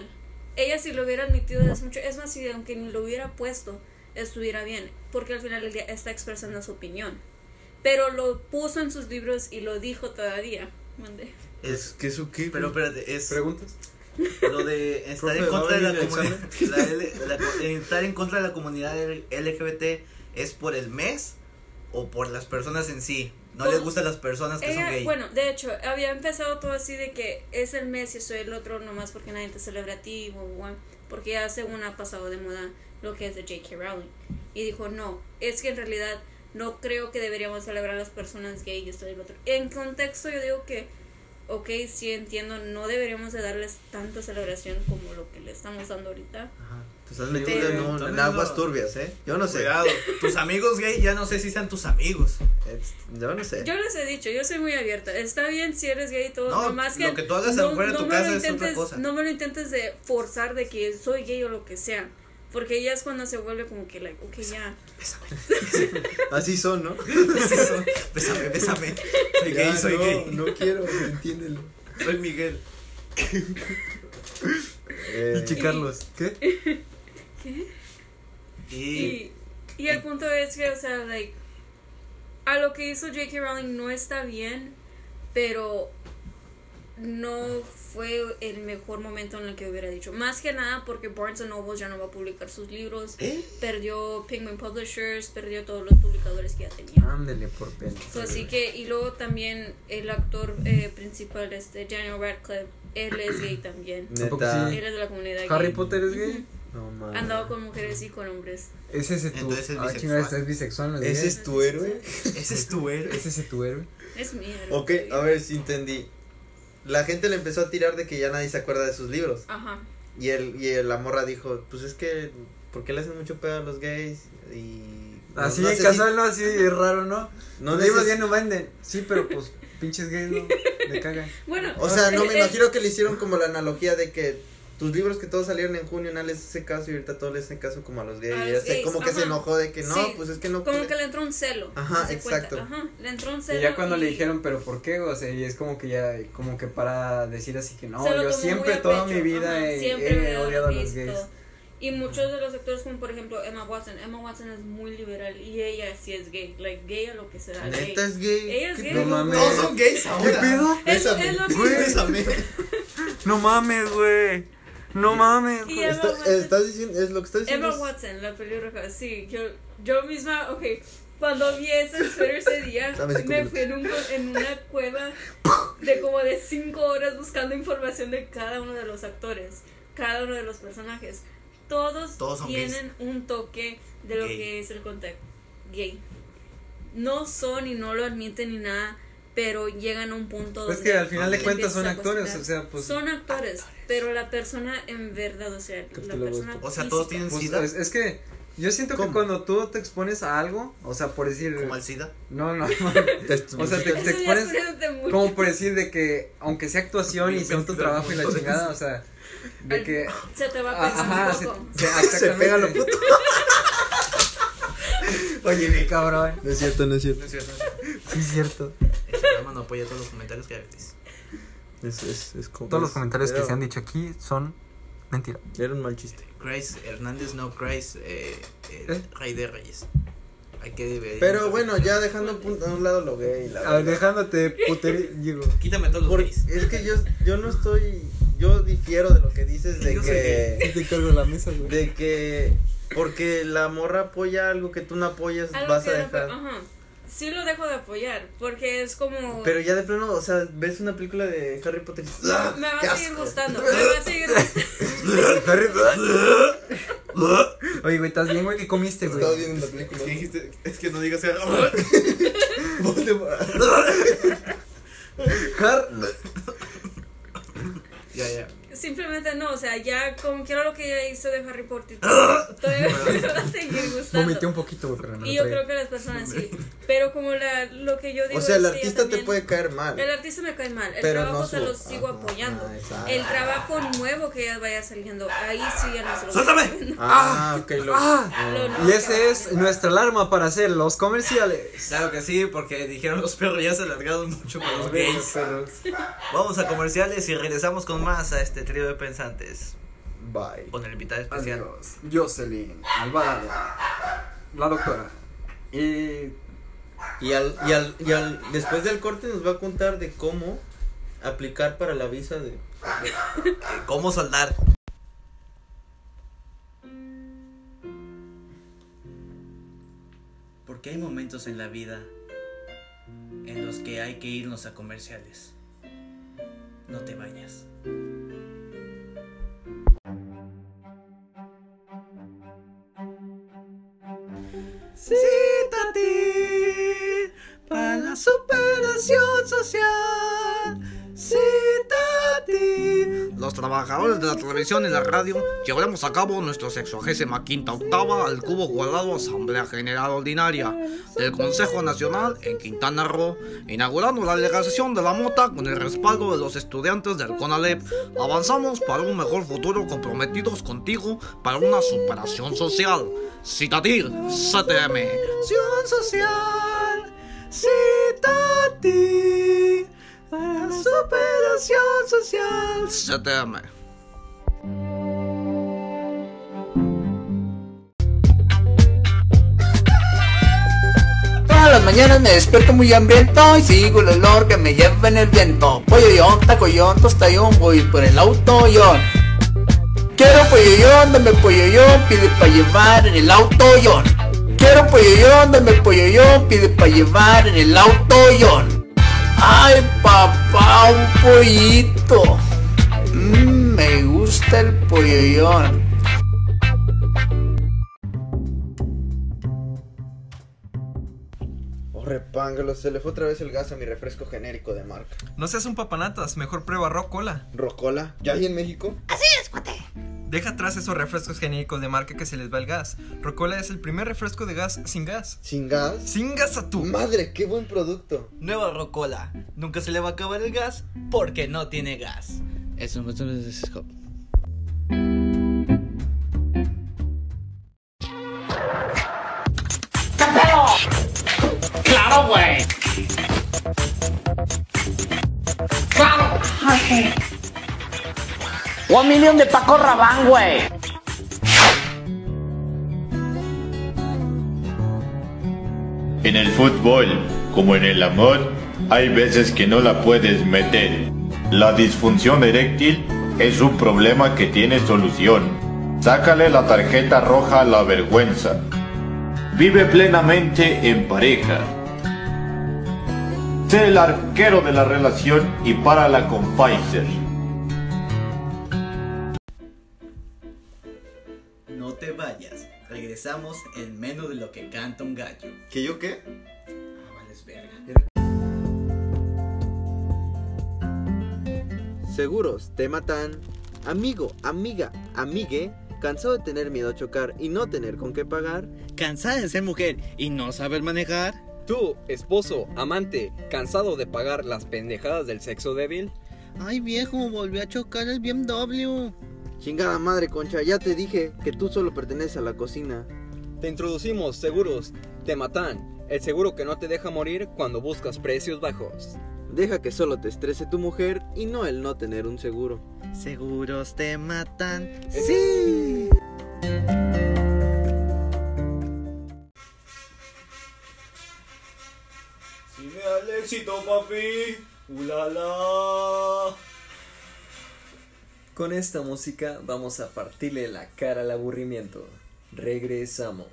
Speaker 5: Ella si lo hubiera admitido desde hace mucho, es más, si aunque ni lo hubiera puesto, estuviera bien. Porque al final del día está expresando su opinión. Pero lo puso en sus libros y lo dijo todavía. Mandé.
Speaker 4: Es que eso qué.
Speaker 6: Pero
Speaker 4: güey?
Speaker 6: espérate, es
Speaker 2: ¿Preguntas?
Speaker 6: lo de estar
Speaker 4: Profe,
Speaker 6: en contra de
Speaker 4: ¿va a
Speaker 6: la
Speaker 4: venir el
Speaker 6: comunidad. la L- la co- estar en contra de la comunidad LGBT es por el mes o por las personas en sí. No
Speaker 5: Por-
Speaker 6: les gustan las personas que
Speaker 5: Ella-
Speaker 6: son gay.
Speaker 5: bueno, de hecho, había empezado todo así de que es el mes y soy el otro nomás porque nadie te celebra a ti, guau, guau, guau, porque ya hace una ha pasado de moda lo que es de J.K. Rowling. Y dijo, no, es que en realidad no creo que deberíamos celebrar a las personas gay y esto y el otro. En contexto yo digo que, ok, sí entiendo, no deberíamos de darles tanta celebración como lo que le estamos dando ahorita.
Speaker 6: Ajá.
Speaker 4: Te estás metiendo
Speaker 5: Pero-
Speaker 4: en, un- en
Speaker 6: Entonces,
Speaker 4: aguas
Speaker 6: no.
Speaker 4: turbias, ¿eh? Yo no sé.
Speaker 6: Cuidado, tus amigos gay ya no sé si sean tus amigos.
Speaker 4: Es- Yo no sé.
Speaker 5: Yo les he dicho, yo soy muy abierta. Está bien si eres gay y todo.
Speaker 6: No,
Speaker 5: nomás
Speaker 6: lo que tú hagas afuera de tu
Speaker 5: me lo
Speaker 6: casa es otra
Speaker 5: intentes-
Speaker 6: cosa.
Speaker 5: No me lo intentes de forzar de que soy gay o lo que sea. Porque ya es cuando se vuelve como que, like, ok, ya.
Speaker 4: Así son, ¿no?
Speaker 6: Bésame, bésame.
Speaker 4: Ya,
Speaker 6: Soy gay, soy
Speaker 4: no,
Speaker 6: gay.
Speaker 4: No quiero, entiéndelo.
Speaker 6: Soy Miguel.
Speaker 4: Eh,
Speaker 2: Che Carlos, ¿qué?
Speaker 6: Y
Speaker 5: Y, y el punto es que, o sea, like, a lo que hizo J.K. Rowling no está bien, pero no fue el mejor momento en el que hubiera dicho. Más que nada porque Barnes Noble ya no va a publicar sus libros.
Speaker 6: ¿Eh?
Speaker 5: Perdió Penguin Publishers, perdió todos los publicadores que ya tenía.
Speaker 2: Ándele por pena.
Speaker 5: So, Pues así que, y luego también el actor eh, principal, este, Daniel Radcliffe, él es gay también.
Speaker 4: Neta.
Speaker 2: ¿A poco sí?
Speaker 5: Él es de la comunidad
Speaker 2: ¿Harry
Speaker 5: gay.
Speaker 2: Potter es gay?
Speaker 4: Eh, No
Speaker 5: Ha
Speaker 4: mames.
Speaker 5: Andado con mujeres y con hombres.
Speaker 2: ¿Es ese tu...
Speaker 6: Entonces es
Speaker 2: ah,
Speaker 6: bisexual.
Speaker 2: chingada, estás bisexual, este. no
Speaker 4: ¿Ese es tu héroe?
Speaker 6: ese es tu héroe.
Speaker 2: ¿Es ese tu héroe?
Speaker 5: Es mi héroe.
Speaker 4: Ok, a ver si entendí. La gente le empezó a tirar de que ya nadie se acuerda de sus libros.
Speaker 5: Ajá.
Speaker 4: Y el, y el la morra dijo, pues es que, ¿por qué le hacen mucho pedo a los gays? Y...
Speaker 2: Así
Speaker 4: no
Speaker 2: en
Speaker 4: necesi-
Speaker 2: casual, no, así es raro, ¿no?
Speaker 4: no
Speaker 2: Los libros
Speaker 4: neces-
Speaker 2: ya no venden. Sí, pero pues pinches gays no me cagan.
Speaker 5: Bueno,
Speaker 4: O sea, no
Speaker 5: el-
Speaker 4: me
Speaker 5: el-
Speaker 4: imagino que le hicieron como la analogía de que tus libros que todos salieron en junio, nadie les hace caso y ahorita todos les hacen caso como a los gays.
Speaker 5: A
Speaker 4: y
Speaker 5: los
Speaker 4: hace-
Speaker 5: gays,
Speaker 4: como que se
Speaker 5: ajá.
Speaker 4: enojó de que no,
Speaker 5: Sí,
Speaker 4: pues es que no...
Speaker 5: Como
Speaker 4: quiere-
Speaker 5: que le entró un celo.
Speaker 4: Ajá,
Speaker 5: haz de cuenta.
Speaker 4: exacto.
Speaker 5: Ajá, le entró un celo.
Speaker 2: Y ya cuando le
Speaker 5: y
Speaker 2: dijeron, pero ¿por qué? O sea, y es como que ya, como que para decir así que no,
Speaker 5: se lo
Speaker 2: yo
Speaker 5: tomó muy
Speaker 2: siempre,
Speaker 5: a
Speaker 2: toda
Speaker 5: pecho,
Speaker 2: mi vida
Speaker 5: ajá,
Speaker 2: he,
Speaker 5: siempre
Speaker 2: he
Speaker 5: me he dado
Speaker 2: odiado a los
Speaker 5: pisto.
Speaker 2: gays.
Speaker 5: Y muchos de los actores, como por ejemplo Emma Watson, Emma Watson es muy liberal y ella sí es gay, like gay a lo que será. gay.
Speaker 4: Neta es gay.
Speaker 5: Ella es
Speaker 4: ¿Qué
Speaker 5: gay.
Speaker 4: pedo?
Speaker 2: No mames.
Speaker 6: Todos son gays ahora.
Speaker 5: Es, es
Speaker 4: Bésame.
Speaker 5: lo mismo.
Speaker 4: Güey, bésame.
Speaker 2: No mames, güey. No mames.
Speaker 5: Y
Speaker 2: güey.
Speaker 5: Emma
Speaker 4: Está-
Speaker 5: Watson-
Speaker 4: estás diciendo, es lo que estás diciendo.
Speaker 5: Emma
Speaker 4: es-
Speaker 5: Watson, la pelirroja, sí, yo, yo misma, ok, cuando vi ese suéter ese día,
Speaker 4: Dame cinco
Speaker 5: me
Speaker 4: minutos.
Speaker 5: fui en, un, cu- en una cueva de como de cinco horas buscando información de cada uno de los actores, cada uno de los personajes, todos,
Speaker 6: Todos son gays.
Speaker 5: tienen un toque de lo
Speaker 6: Gay.
Speaker 5: que es el contacto gay. No son y no lo admiten ni nada, pero llegan a un punto
Speaker 2: Pues
Speaker 5: donde
Speaker 2: que al final de
Speaker 5: te
Speaker 2: cuentas son
Speaker 5: empiezas a
Speaker 2: actores,
Speaker 5: cuestionar.
Speaker 2: o sea, pues.
Speaker 5: son actores, pero la persona en verdad, o sea,
Speaker 2: Que
Speaker 5: la
Speaker 2: te lo
Speaker 5: persona
Speaker 2: gusta.
Speaker 6: O sea,
Speaker 5: física.
Speaker 6: todos tienen
Speaker 2: pues,
Speaker 6: sida,
Speaker 4: este,
Speaker 2: es, es que yo siento que
Speaker 4: ¿Cómo?
Speaker 2: cuando tú te expones a algo, o sea, por decir.
Speaker 6: como el sida.
Speaker 2: No, no.
Speaker 4: Te-
Speaker 2: O sea, te-
Speaker 5: Eso
Speaker 2: te
Speaker 5: ya
Speaker 2: expones-
Speaker 5: es de mucho.
Speaker 2: como por decir de que, aunque sea actuación y sea un tu trabajo y la chingada, o sea, de que.
Speaker 5: se te va a
Speaker 2: Ah,
Speaker 5: pensar
Speaker 2: Ajá,
Speaker 5: un
Speaker 2: se,
Speaker 5: poco.
Speaker 2: se,
Speaker 4: Se pega lo
Speaker 2: puto.
Speaker 4: Oye, mi ca-
Speaker 2: Cabrón.
Speaker 4: No es cierto, no es cierto.
Speaker 6: No es cierto.
Speaker 2: Sí, es cierto.
Speaker 6: Este programa no apoya todos los comentarios que hay.
Speaker 4: Es, es, es como.
Speaker 2: Todos los comentarios que
Speaker 4: Era-
Speaker 2: se han dicho aquí son mentira.
Speaker 4: Era un mal chiste.
Speaker 6: Grace este, Hernández, no Grace, eh, eh,
Speaker 2: ¿Eh?
Speaker 6: Rey de Reyes. Hay que
Speaker 4: Pero bueno, ya dejando a pun- a un lado lo gay. La
Speaker 2: A ver,
Speaker 4: verdad.
Speaker 2: dejándote putería, digo.
Speaker 6: Quítame todos los
Speaker 4: Porque
Speaker 6: gays.
Speaker 4: es que yo, yo no estoy. Yo difiero de lo que dices de
Speaker 6: Yo soy
Speaker 4: que.
Speaker 2: Te cargo la mesa, güey.
Speaker 4: De que. Porque la morra apoya algo que tú no apoyas,
Speaker 5: Algo
Speaker 4: vas
Speaker 5: que
Speaker 4: a
Speaker 5: no fue-
Speaker 4: dejar.
Speaker 5: ajá. Sí lo dejo de apoyar, porque es como...
Speaker 4: Pero ya de plano, o sea, ves una película de Harry Potter y dices, "Ah,
Speaker 5: me va
Speaker 4: qué
Speaker 5: a seguir
Speaker 4: asco".
Speaker 5: gustando, me va a seguir gustando.
Speaker 2: Oye, güey, ¿estás bien, güey? ¿Qué comiste,
Speaker 4: Estaba
Speaker 2: güey?
Speaker 4: viendo la película.
Speaker 6: Es que no digas que.
Speaker 2: Car-
Speaker 6: ya, ya.
Speaker 5: Simplemente no, o sea, ya como quiero lo que ella hizo de Harry Potter, todavía me va a seguir
Speaker 2: Vomité un
Speaker 5: gustando.
Speaker 2: poquito, güey, pero no lo
Speaker 5: Y yo creo
Speaker 2: traía.
Speaker 5: que las personas sí. Pero como la, lo que yo digo
Speaker 4: O sea, el
Speaker 5: es que ella
Speaker 4: artista te
Speaker 5: también-
Speaker 4: puede caer mal.
Speaker 5: El artista me cae mal, el
Speaker 4: Pero
Speaker 5: trabajo
Speaker 4: no
Speaker 5: se
Speaker 4: su-
Speaker 5: lo
Speaker 2: Ah,
Speaker 5: sigo
Speaker 4: Ajá,
Speaker 5: apoyando.
Speaker 4: exacto.
Speaker 5: el trabajo nuevo que ella vaya saliendo, ahí sí ya no se lo
Speaker 6: ¡Suéltame!
Speaker 4: Ah, ok, lo.
Speaker 2: Ah.
Speaker 5: Lo nuevo
Speaker 2: Y
Speaker 5: que va
Speaker 2: esa es
Speaker 5: saliendo.
Speaker 2: nuestra alarma para hacer los comerciales.
Speaker 6: Claro que sí, porque dijeron los perros ya se alargaron mucho con los gays.
Speaker 4: Pero-
Speaker 6: Vamos a comerciales y regresamos con más a este trío de pensantes.
Speaker 4: Bye.
Speaker 6: Con el invitado especial.
Speaker 7: Adiós. Jocelyn Alvarado, la doctora. Y
Speaker 4: Y al, y al, y al, después del corte nos va a contar de cómo aplicar para la visa de.
Speaker 6: Eh, ¿Cómo soldar?
Speaker 8: Porque hay momentos en la vida en los que hay que irnos a comerciales. No te vayas. Cítate para la superación social. Cítate.
Speaker 9: Los trabajadores de la televisión y la radio llevaremos a cabo nuestra sexagésima quinta octava al cubo cuadrado Asamblea General Ordinaria del Consejo Nacional en Quintana Roo, inaugurando la legalización de la mota con el respaldo de los estudiantes del CONALEP. Avanzamos para un mejor futuro comprometidos contigo para una superación social. Citatir, CTM. Acción social. Citatir para superación social. CTM.
Speaker 10: Todas las mañanas me despierto muy hambriento y sigo el olor que me lleva en el viento. Polloyón, tacoyón, tostayón, voy por el auto yo. Quiero polloyón, dame polloyón, pide para llevar en el auto yo. Quiero polloyón, dame polloyón, pide para llevar en el auto yo. Ay papá, un pollito. Mm, me gusta el polloyón.
Speaker 4: Oh, repángalo, se le fue otra vez el gas a mi refresco genérico de marca.
Speaker 2: No seas un papanatas, mejor prueba Rocola.
Speaker 4: ¿Rocola? ¿Ya hay en México?
Speaker 2: Deja atrás esos refrescos genéricos de marca que se les va el gas. Rocola es el primer refresco de gas sin gas.
Speaker 4: ¿Sin gas?
Speaker 2: ¡Sin gas a tú!
Speaker 4: Madre, qué buen producto.
Speaker 8: Nueva Rocola. Nunca se le va a acabar el gas porque no tiene gas. Eso me
Speaker 9: ¡Claro, güey! ¡Claro! ¡One Million de Paco Rabán, güey!
Speaker 11: En el fútbol, como en el amor, hay veces que no la puedes meter. La disfunción eréctil es un problema que tiene solución. Sácale la tarjeta roja a la vergüenza. Vive plenamente en pareja. Sé el arquero de la relación y párala con Pfizer.
Speaker 8: regresamos en menos de lo que canta un gallo.
Speaker 4: ¿Que yo qué?
Speaker 8: Ah, vales verga.
Speaker 12: Seguros, te matan. Amigo, amiga, amigue, cansado de tener miedo a chocar y no tener con qué pagar.
Speaker 13: ¿Cansada de ser mujer y no saber manejar?
Speaker 14: Tú, esposo, amante, cansado de pagar las pendejadas del sexo débil.
Speaker 13: Ay viejo, volvió a chocar el BMW.
Speaker 12: Chingada madre, concha, ya te dije que tú solo perteneces a la cocina.
Speaker 14: Te introducimos seguros, te matan, el seguro que no te deja morir cuando buscas precios bajos.
Speaker 12: Deja que solo te estrese tu mujer y no el no tener un seguro.
Speaker 13: Seguros te matan.
Speaker 2: Eh.
Speaker 12: Sí.
Speaker 15: Si me da el éxito, papi. ¡Ulala!
Speaker 2: Con esta música vamos a partirle la cara al aburrimiento. Regresamos.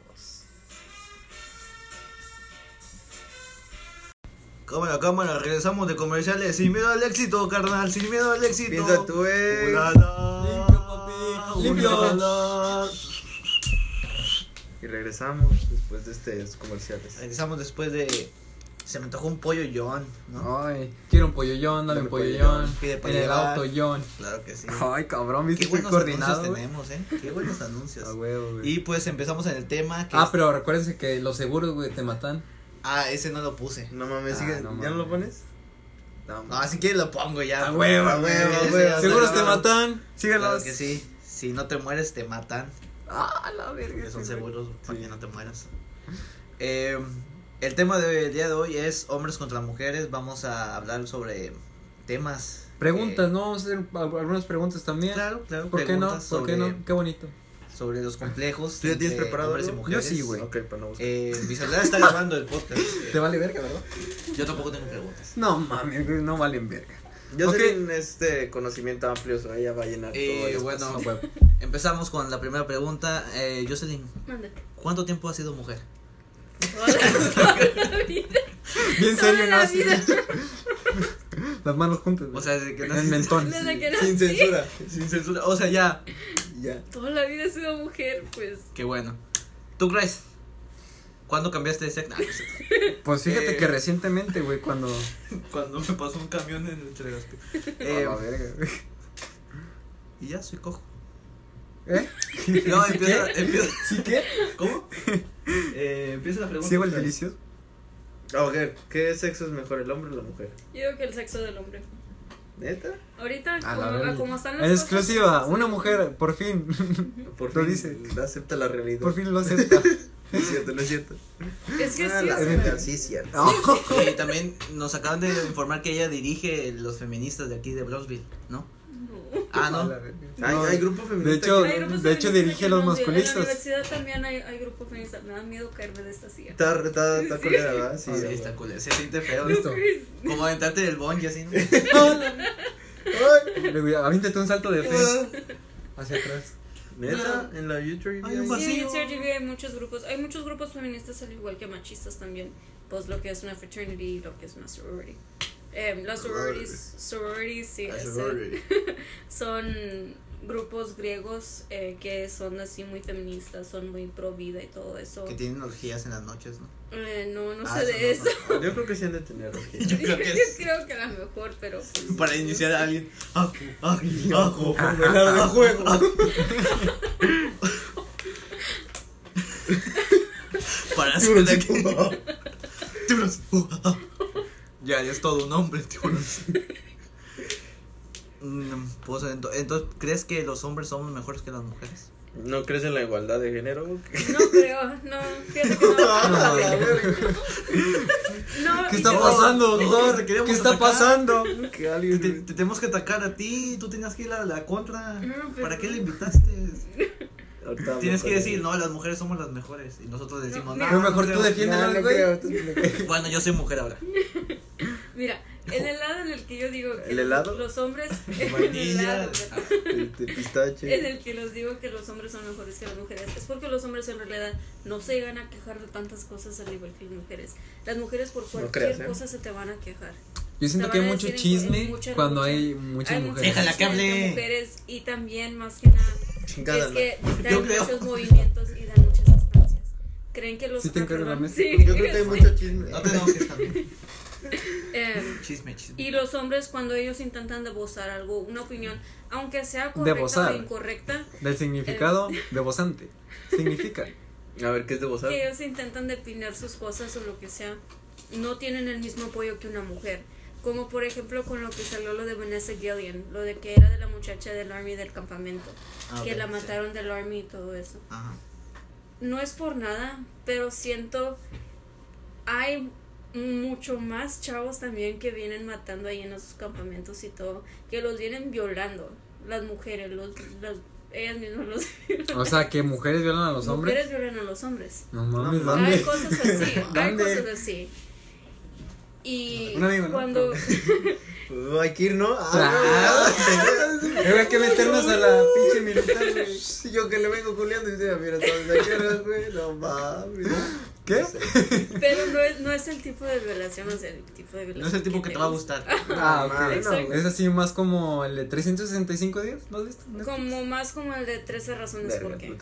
Speaker 6: Cámara, cámara, regresamos de comerciales. Sin miedo al éxito, carnal, sin miedo al éxito.
Speaker 4: Piensa tú, eh.
Speaker 6: Limpio, papi. Limpio.
Speaker 4: Y regresamos después de
Speaker 6: este
Speaker 4: estos comerciales.
Speaker 6: Regresamos después de. Se me antojó un pollo John, ¿no?
Speaker 2: Ay, quiero un pollo John, dale un pollo John.
Speaker 6: Pide para
Speaker 2: En el
Speaker 6: llevar.
Speaker 2: auto John.
Speaker 6: Claro que sí.
Speaker 2: Ay, cabrón, viste
Speaker 6: Qué
Speaker 2: qué
Speaker 6: buenos
Speaker 2: coordinado,
Speaker 6: anuncios
Speaker 2: güey.
Speaker 6: tenemos, ¿eh? Qué buenos anuncios.
Speaker 2: A huevo, Ah, güey.
Speaker 6: Y pues empezamos en el tema. que
Speaker 2: Ah,
Speaker 6: es-
Speaker 2: pero recuérdense que los seguros, güey, te matan.
Speaker 6: Ah, ese no lo puse.
Speaker 4: No mames,
Speaker 2: sigue- ¿ya no
Speaker 4: lo pones?
Speaker 6: No, si quieres lo pongo ya.
Speaker 2: A huevo,
Speaker 6: a
Speaker 2: güey,
Speaker 6: huevo,
Speaker 2: a
Speaker 6: ese
Speaker 2: huevo.
Speaker 6: ya
Speaker 2: Seguros
Speaker 6: está,
Speaker 2: te
Speaker 6: no.
Speaker 2: matan, síganlos.
Speaker 6: Claro que sí. Si no te mueres, te matan.
Speaker 2: Ah, la verga.
Speaker 6: Porque son seguros para que no te mueras. Eh, el tema del día de hoy es hombres contra mujeres. Vamos a hablar sobre temas.
Speaker 2: Preguntas, ¿no? Vamos a hacer al- algunas preguntas también. Claro,
Speaker 6: claro.
Speaker 2: ¿Por qué no? ¿Por
Speaker 6: preguntas
Speaker 2: qué
Speaker 6: sobre-
Speaker 2: no? Qué bonito.
Speaker 6: Sobre los complejos.
Speaker 2: ¿Tú ya tienes
Speaker 6: entre
Speaker 2: preparado
Speaker 6: Hombres y
Speaker 2: algo? Yo
Speaker 6: mujeres.
Speaker 2: sí, güey.
Speaker 4: Ok, para no pues, buscar.
Speaker 6: Eh, mi celular está grabando el podcast.
Speaker 2: Te vale verga, ¿verdad?
Speaker 6: Yo tampoco tengo preguntas.
Speaker 2: No mames, güey, no valen verga.
Speaker 4: Yo
Speaker 2: Ok.
Speaker 4: soy un este conocimiento amplio, so ella va a llenar todo.
Speaker 6: Eh,
Speaker 4: el
Speaker 6: bueno,
Speaker 4: espacio.
Speaker 6: empezamos con la primera pregunta. Eh, Jocelyn,
Speaker 5: Mande.
Speaker 6: ¿cuánto tiempo has sido mujer?
Speaker 2: Bien
Speaker 5: Toda
Speaker 2: serio, ¿no?
Speaker 5: la
Speaker 2: Así.
Speaker 5: vida.
Speaker 2: Las manos juntas.
Speaker 6: O sea, desde que
Speaker 2: el mentón.
Speaker 5: Desde que
Speaker 6: Sin
Speaker 5: nací.
Speaker 6: censura, sin censura. O sea, ya.
Speaker 4: Ya.
Speaker 5: Toda la vida he sido mujer, pues.
Speaker 6: Qué bueno. ¿Tú crees? ¿Cuándo cambiaste de sexo? Ah, no sé.
Speaker 2: Pues fíjate
Speaker 6: Eh.
Speaker 2: que recientemente, güey, cuando.
Speaker 6: Cuando me pasó un camión en entre las piernas.
Speaker 2: A la verga, güey.
Speaker 6: y ya soy cojo.
Speaker 2: ¿Eh?
Speaker 6: No,
Speaker 2: ¿Sí
Speaker 6: empieza,
Speaker 2: qué?
Speaker 6: empieza.
Speaker 2: ¿Sí qué?
Speaker 6: ¿Cómo? Eh, empieza la pregunta.
Speaker 2: ¿Sigo el
Speaker 6: otra vez.
Speaker 2: delicioso?
Speaker 4: Ah, ok, ¿qué sexo es mejor, el hombre o la mujer?
Speaker 5: Yo digo que el sexo del hombre.
Speaker 4: ¿Neta?
Speaker 5: Ahorita,
Speaker 2: A
Speaker 5: como,
Speaker 2: la
Speaker 5: a
Speaker 2: verga.
Speaker 5: como están las
Speaker 2: En exclusiva, una mujer, por fin.
Speaker 4: Por
Speaker 2: Lo
Speaker 4: fin
Speaker 2: dice.
Speaker 4: acepta la realidad.
Speaker 2: Por fin lo acepta.
Speaker 4: No es cierto, no es cierto.
Speaker 5: cosas. Es que
Speaker 4: Ah,
Speaker 5: sí,
Speaker 4: la
Speaker 5: o sea,
Speaker 4: neta, sí, es cierto.
Speaker 6: Y también nos acaban de informar que ella dirige los feministas de aquí de Brownsville, ¿no?
Speaker 5: No.
Speaker 6: Ah, no.
Speaker 4: Hay,
Speaker 2: No,
Speaker 4: hay grupo femenino.
Speaker 2: de hecho-
Speaker 5: Hay grupos
Speaker 2: de hecho,
Speaker 5: feministas
Speaker 2: dirige
Speaker 5: que
Speaker 2: los
Speaker 5: nos-
Speaker 2: masculistas.
Speaker 5: En la universidad también hay, hay grupos feministas. Me da miedo caerme de esta silla.
Speaker 4: Está, está, está culera, ¿verdad? Sí,
Speaker 2: Ah,
Speaker 6: Sí,
Speaker 4: güey.
Speaker 6: está cool. Se siente feo.
Speaker 2: Listo.
Speaker 6: Como aventarte del bungee así, ¿no?
Speaker 2: Le voy a- Avíntate un salto de fe hacia atrás.
Speaker 4: Neta, en la YouTube.
Speaker 6: Hay un
Speaker 4: hay-
Speaker 5: Sí,
Speaker 6: vacío.
Speaker 5: en CRGB hay muchos grupos. Hay muchos grupos feministas al igual que machistas también. Pues lo que es una fraternity, lo que es una sorority. Em, las sororities, sororities sí,
Speaker 4: Ay,
Speaker 5: es, eh,
Speaker 4: sorority.
Speaker 5: son grupos griegos eh, que son así muy feministas, son muy pro vida y todo eso.
Speaker 6: Que tienen orgías en las noches, ¿no?
Speaker 5: Eh, no, no
Speaker 6: Ah,
Speaker 5: sé de eso.
Speaker 4: Yo creo que sí han de tener. ojera.
Speaker 6: Yo creo que es
Speaker 5: Yo creo que a lo mejor, pero pues,
Speaker 6: para iniciar a alguien. Ajo, ajo, ajo.
Speaker 4: Claro, de juego.
Speaker 6: Para hacer que... Tiburones. Uh, ah. Ya, ya es todo un hombre, tiburones. Mm, pues, ento- entonces, ¿crees que los hombres somos mejores que las mujeres?
Speaker 4: ¿No crees en la igualdad de género? güey?
Speaker 5: no creo, no, fíjate que no.
Speaker 2: Ah, la verga.
Speaker 5: No,
Speaker 2: ¿Qué
Speaker 5: y
Speaker 2: está
Speaker 5: yo-
Speaker 2: pasando,
Speaker 6: no,
Speaker 2: Thor?
Speaker 6: que te queríamos
Speaker 2: ¿Qué está
Speaker 6: atacar.
Speaker 2: pasando?
Speaker 4: Que
Speaker 6: Te,
Speaker 4: alguien.
Speaker 6: te- te tenemos que atacar a ti, tú tenías que ir a la contra.
Speaker 5: No, Mm, pero-
Speaker 6: ¿Para qué le invitaste?
Speaker 4: Ahorita vamos
Speaker 6: Tienes que
Speaker 4: con
Speaker 6: decir,
Speaker 4: él.
Speaker 6: no, las mujeres somos las mejores. Y nosotros decimos, no.
Speaker 5: mira.
Speaker 2: A lo
Speaker 6: no
Speaker 2: mejor tú
Speaker 6: creo".
Speaker 2: defiéndelo,
Speaker 4: No, no
Speaker 2: güey.
Speaker 4: creo, tú- no creo.
Speaker 6: Bueno, yo soy mujer ahora.
Speaker 5: Mira, el helado en el que yo digo que
Speaker 4: ¿El helado?
Speaker 5: los hombres el
Speaker 6: Vainilla.
Speaker 5: helado,
Speaker 4: Este, pistache.
Speaker 5: en el que los digo que los hombres son mejores que las mujeres es porque los hombres en realidad no se llegan a quejar de tantas cosas al igual que las mujeres. Las mujeres por cualquier
Speaker 4: creas, ¿eh?
Speaker 5: cosa se te van a quejar.
Speaker 2: Yo siento
Speaker 5: Te
Speaker 2: que hay
Speaker 5: van a
Speaker 2: mucho
Speaker 5: decir en- en
Speaker 2: chisme
Speaker 5: mucha
Speaker 2: cuando
Speaker 5: lucha.
Speaker 2: hay muchas
Speaker 5: Hay
Speaker 2: mujeres.
Speaker 5: muchas
Speaker 6: Déjala que hable.
Speaker 5: mujeres de mujeres y también más que nada
Speaker 4: Chingada,
Speaker 5: es que
Speaker 6: Yo
Speaker 5: dan
Speaker 6: creo.
Speaker 5: muchos movimientos y dan muchas hasta creen que los
Speaker 2: Sí te encargo la
Speaker 5: patronos-
Speaker 2: mesa.
Speaker 5: Sí,
Speaker 2: Yo creo que hay
Speaker 5: sí.
Speaker 2: mucho chisme. No tenemos que estar
Speaker 5: Em,
Speaker 6: Chisme, chisme.
Speaker 5: Y los hombres cuando ellos intentan debozar algo, una opinión, aunque sea correcta
Speaker 2: Debozar.
Speaker 5: o incorrecta,
Speaker 2: Del significado
Speaker 5: eh,
Speaker 2: de bozante. Significa.
Speaker 4: A ver, ¿qué es de vos?
Speaker 5: que ellos intentan depinar sus cosas o lo que sea, no tienen el mismo apoyo que una mujer. Como por ejemplo con lo que salió lo de Vanessa Gillian, lo de que era de la muchacha del army del campamento,
Speaker 6: Ah,
Speaker 5: que
Speaker 6: ok,
Speaker 5: la
Speaker 6: sí.
Speaker 5: mataron del army y todo eso.
Speaker 6: Ajá.
Speaker 5: No es por nada, pero siento hay mucho más chavos también que vienen matando ahí en los campamentos y todo, que los vienen violando, las mujeres, los, las- ellas mismas los
Speaker 2: O sea, que mujeres violan a los hombres.
Speaker 5: mujeres violan a los hombres.
Speaker 2: No mames,
Speaker 5: Hay
Speaker 2: ¿dónde?
Speaker 5: cosas así, hay
Speaker 2: ¿Dónde?
Speaker 5: cosas así. Y
Speaker 2: Un amigo, ¿no?
Speaker 5: cuando
Speaker 4: Pues, Hay que ir, ¿no? Ah,
Speaker 2: Hay que meternos a la pinche militar,
Speaker 4: Si yo que le vengo culeando y dice, mira, ¿sabes a qué hora, güey? No mames.
Speaker 2: ¿Qué?
Speaker 5: pero no es, no es el tipo de violación, no es el tipo de violación.
Speaker 8: No es el tipo que te va a gustar.
Speaker 2: Ah, ok.
Speaker 5: Exacto.
Speaker 2: Es así más como el de 365 días. ¿No has visto?
Speaker 5: Como más como el de 13 razones por qué.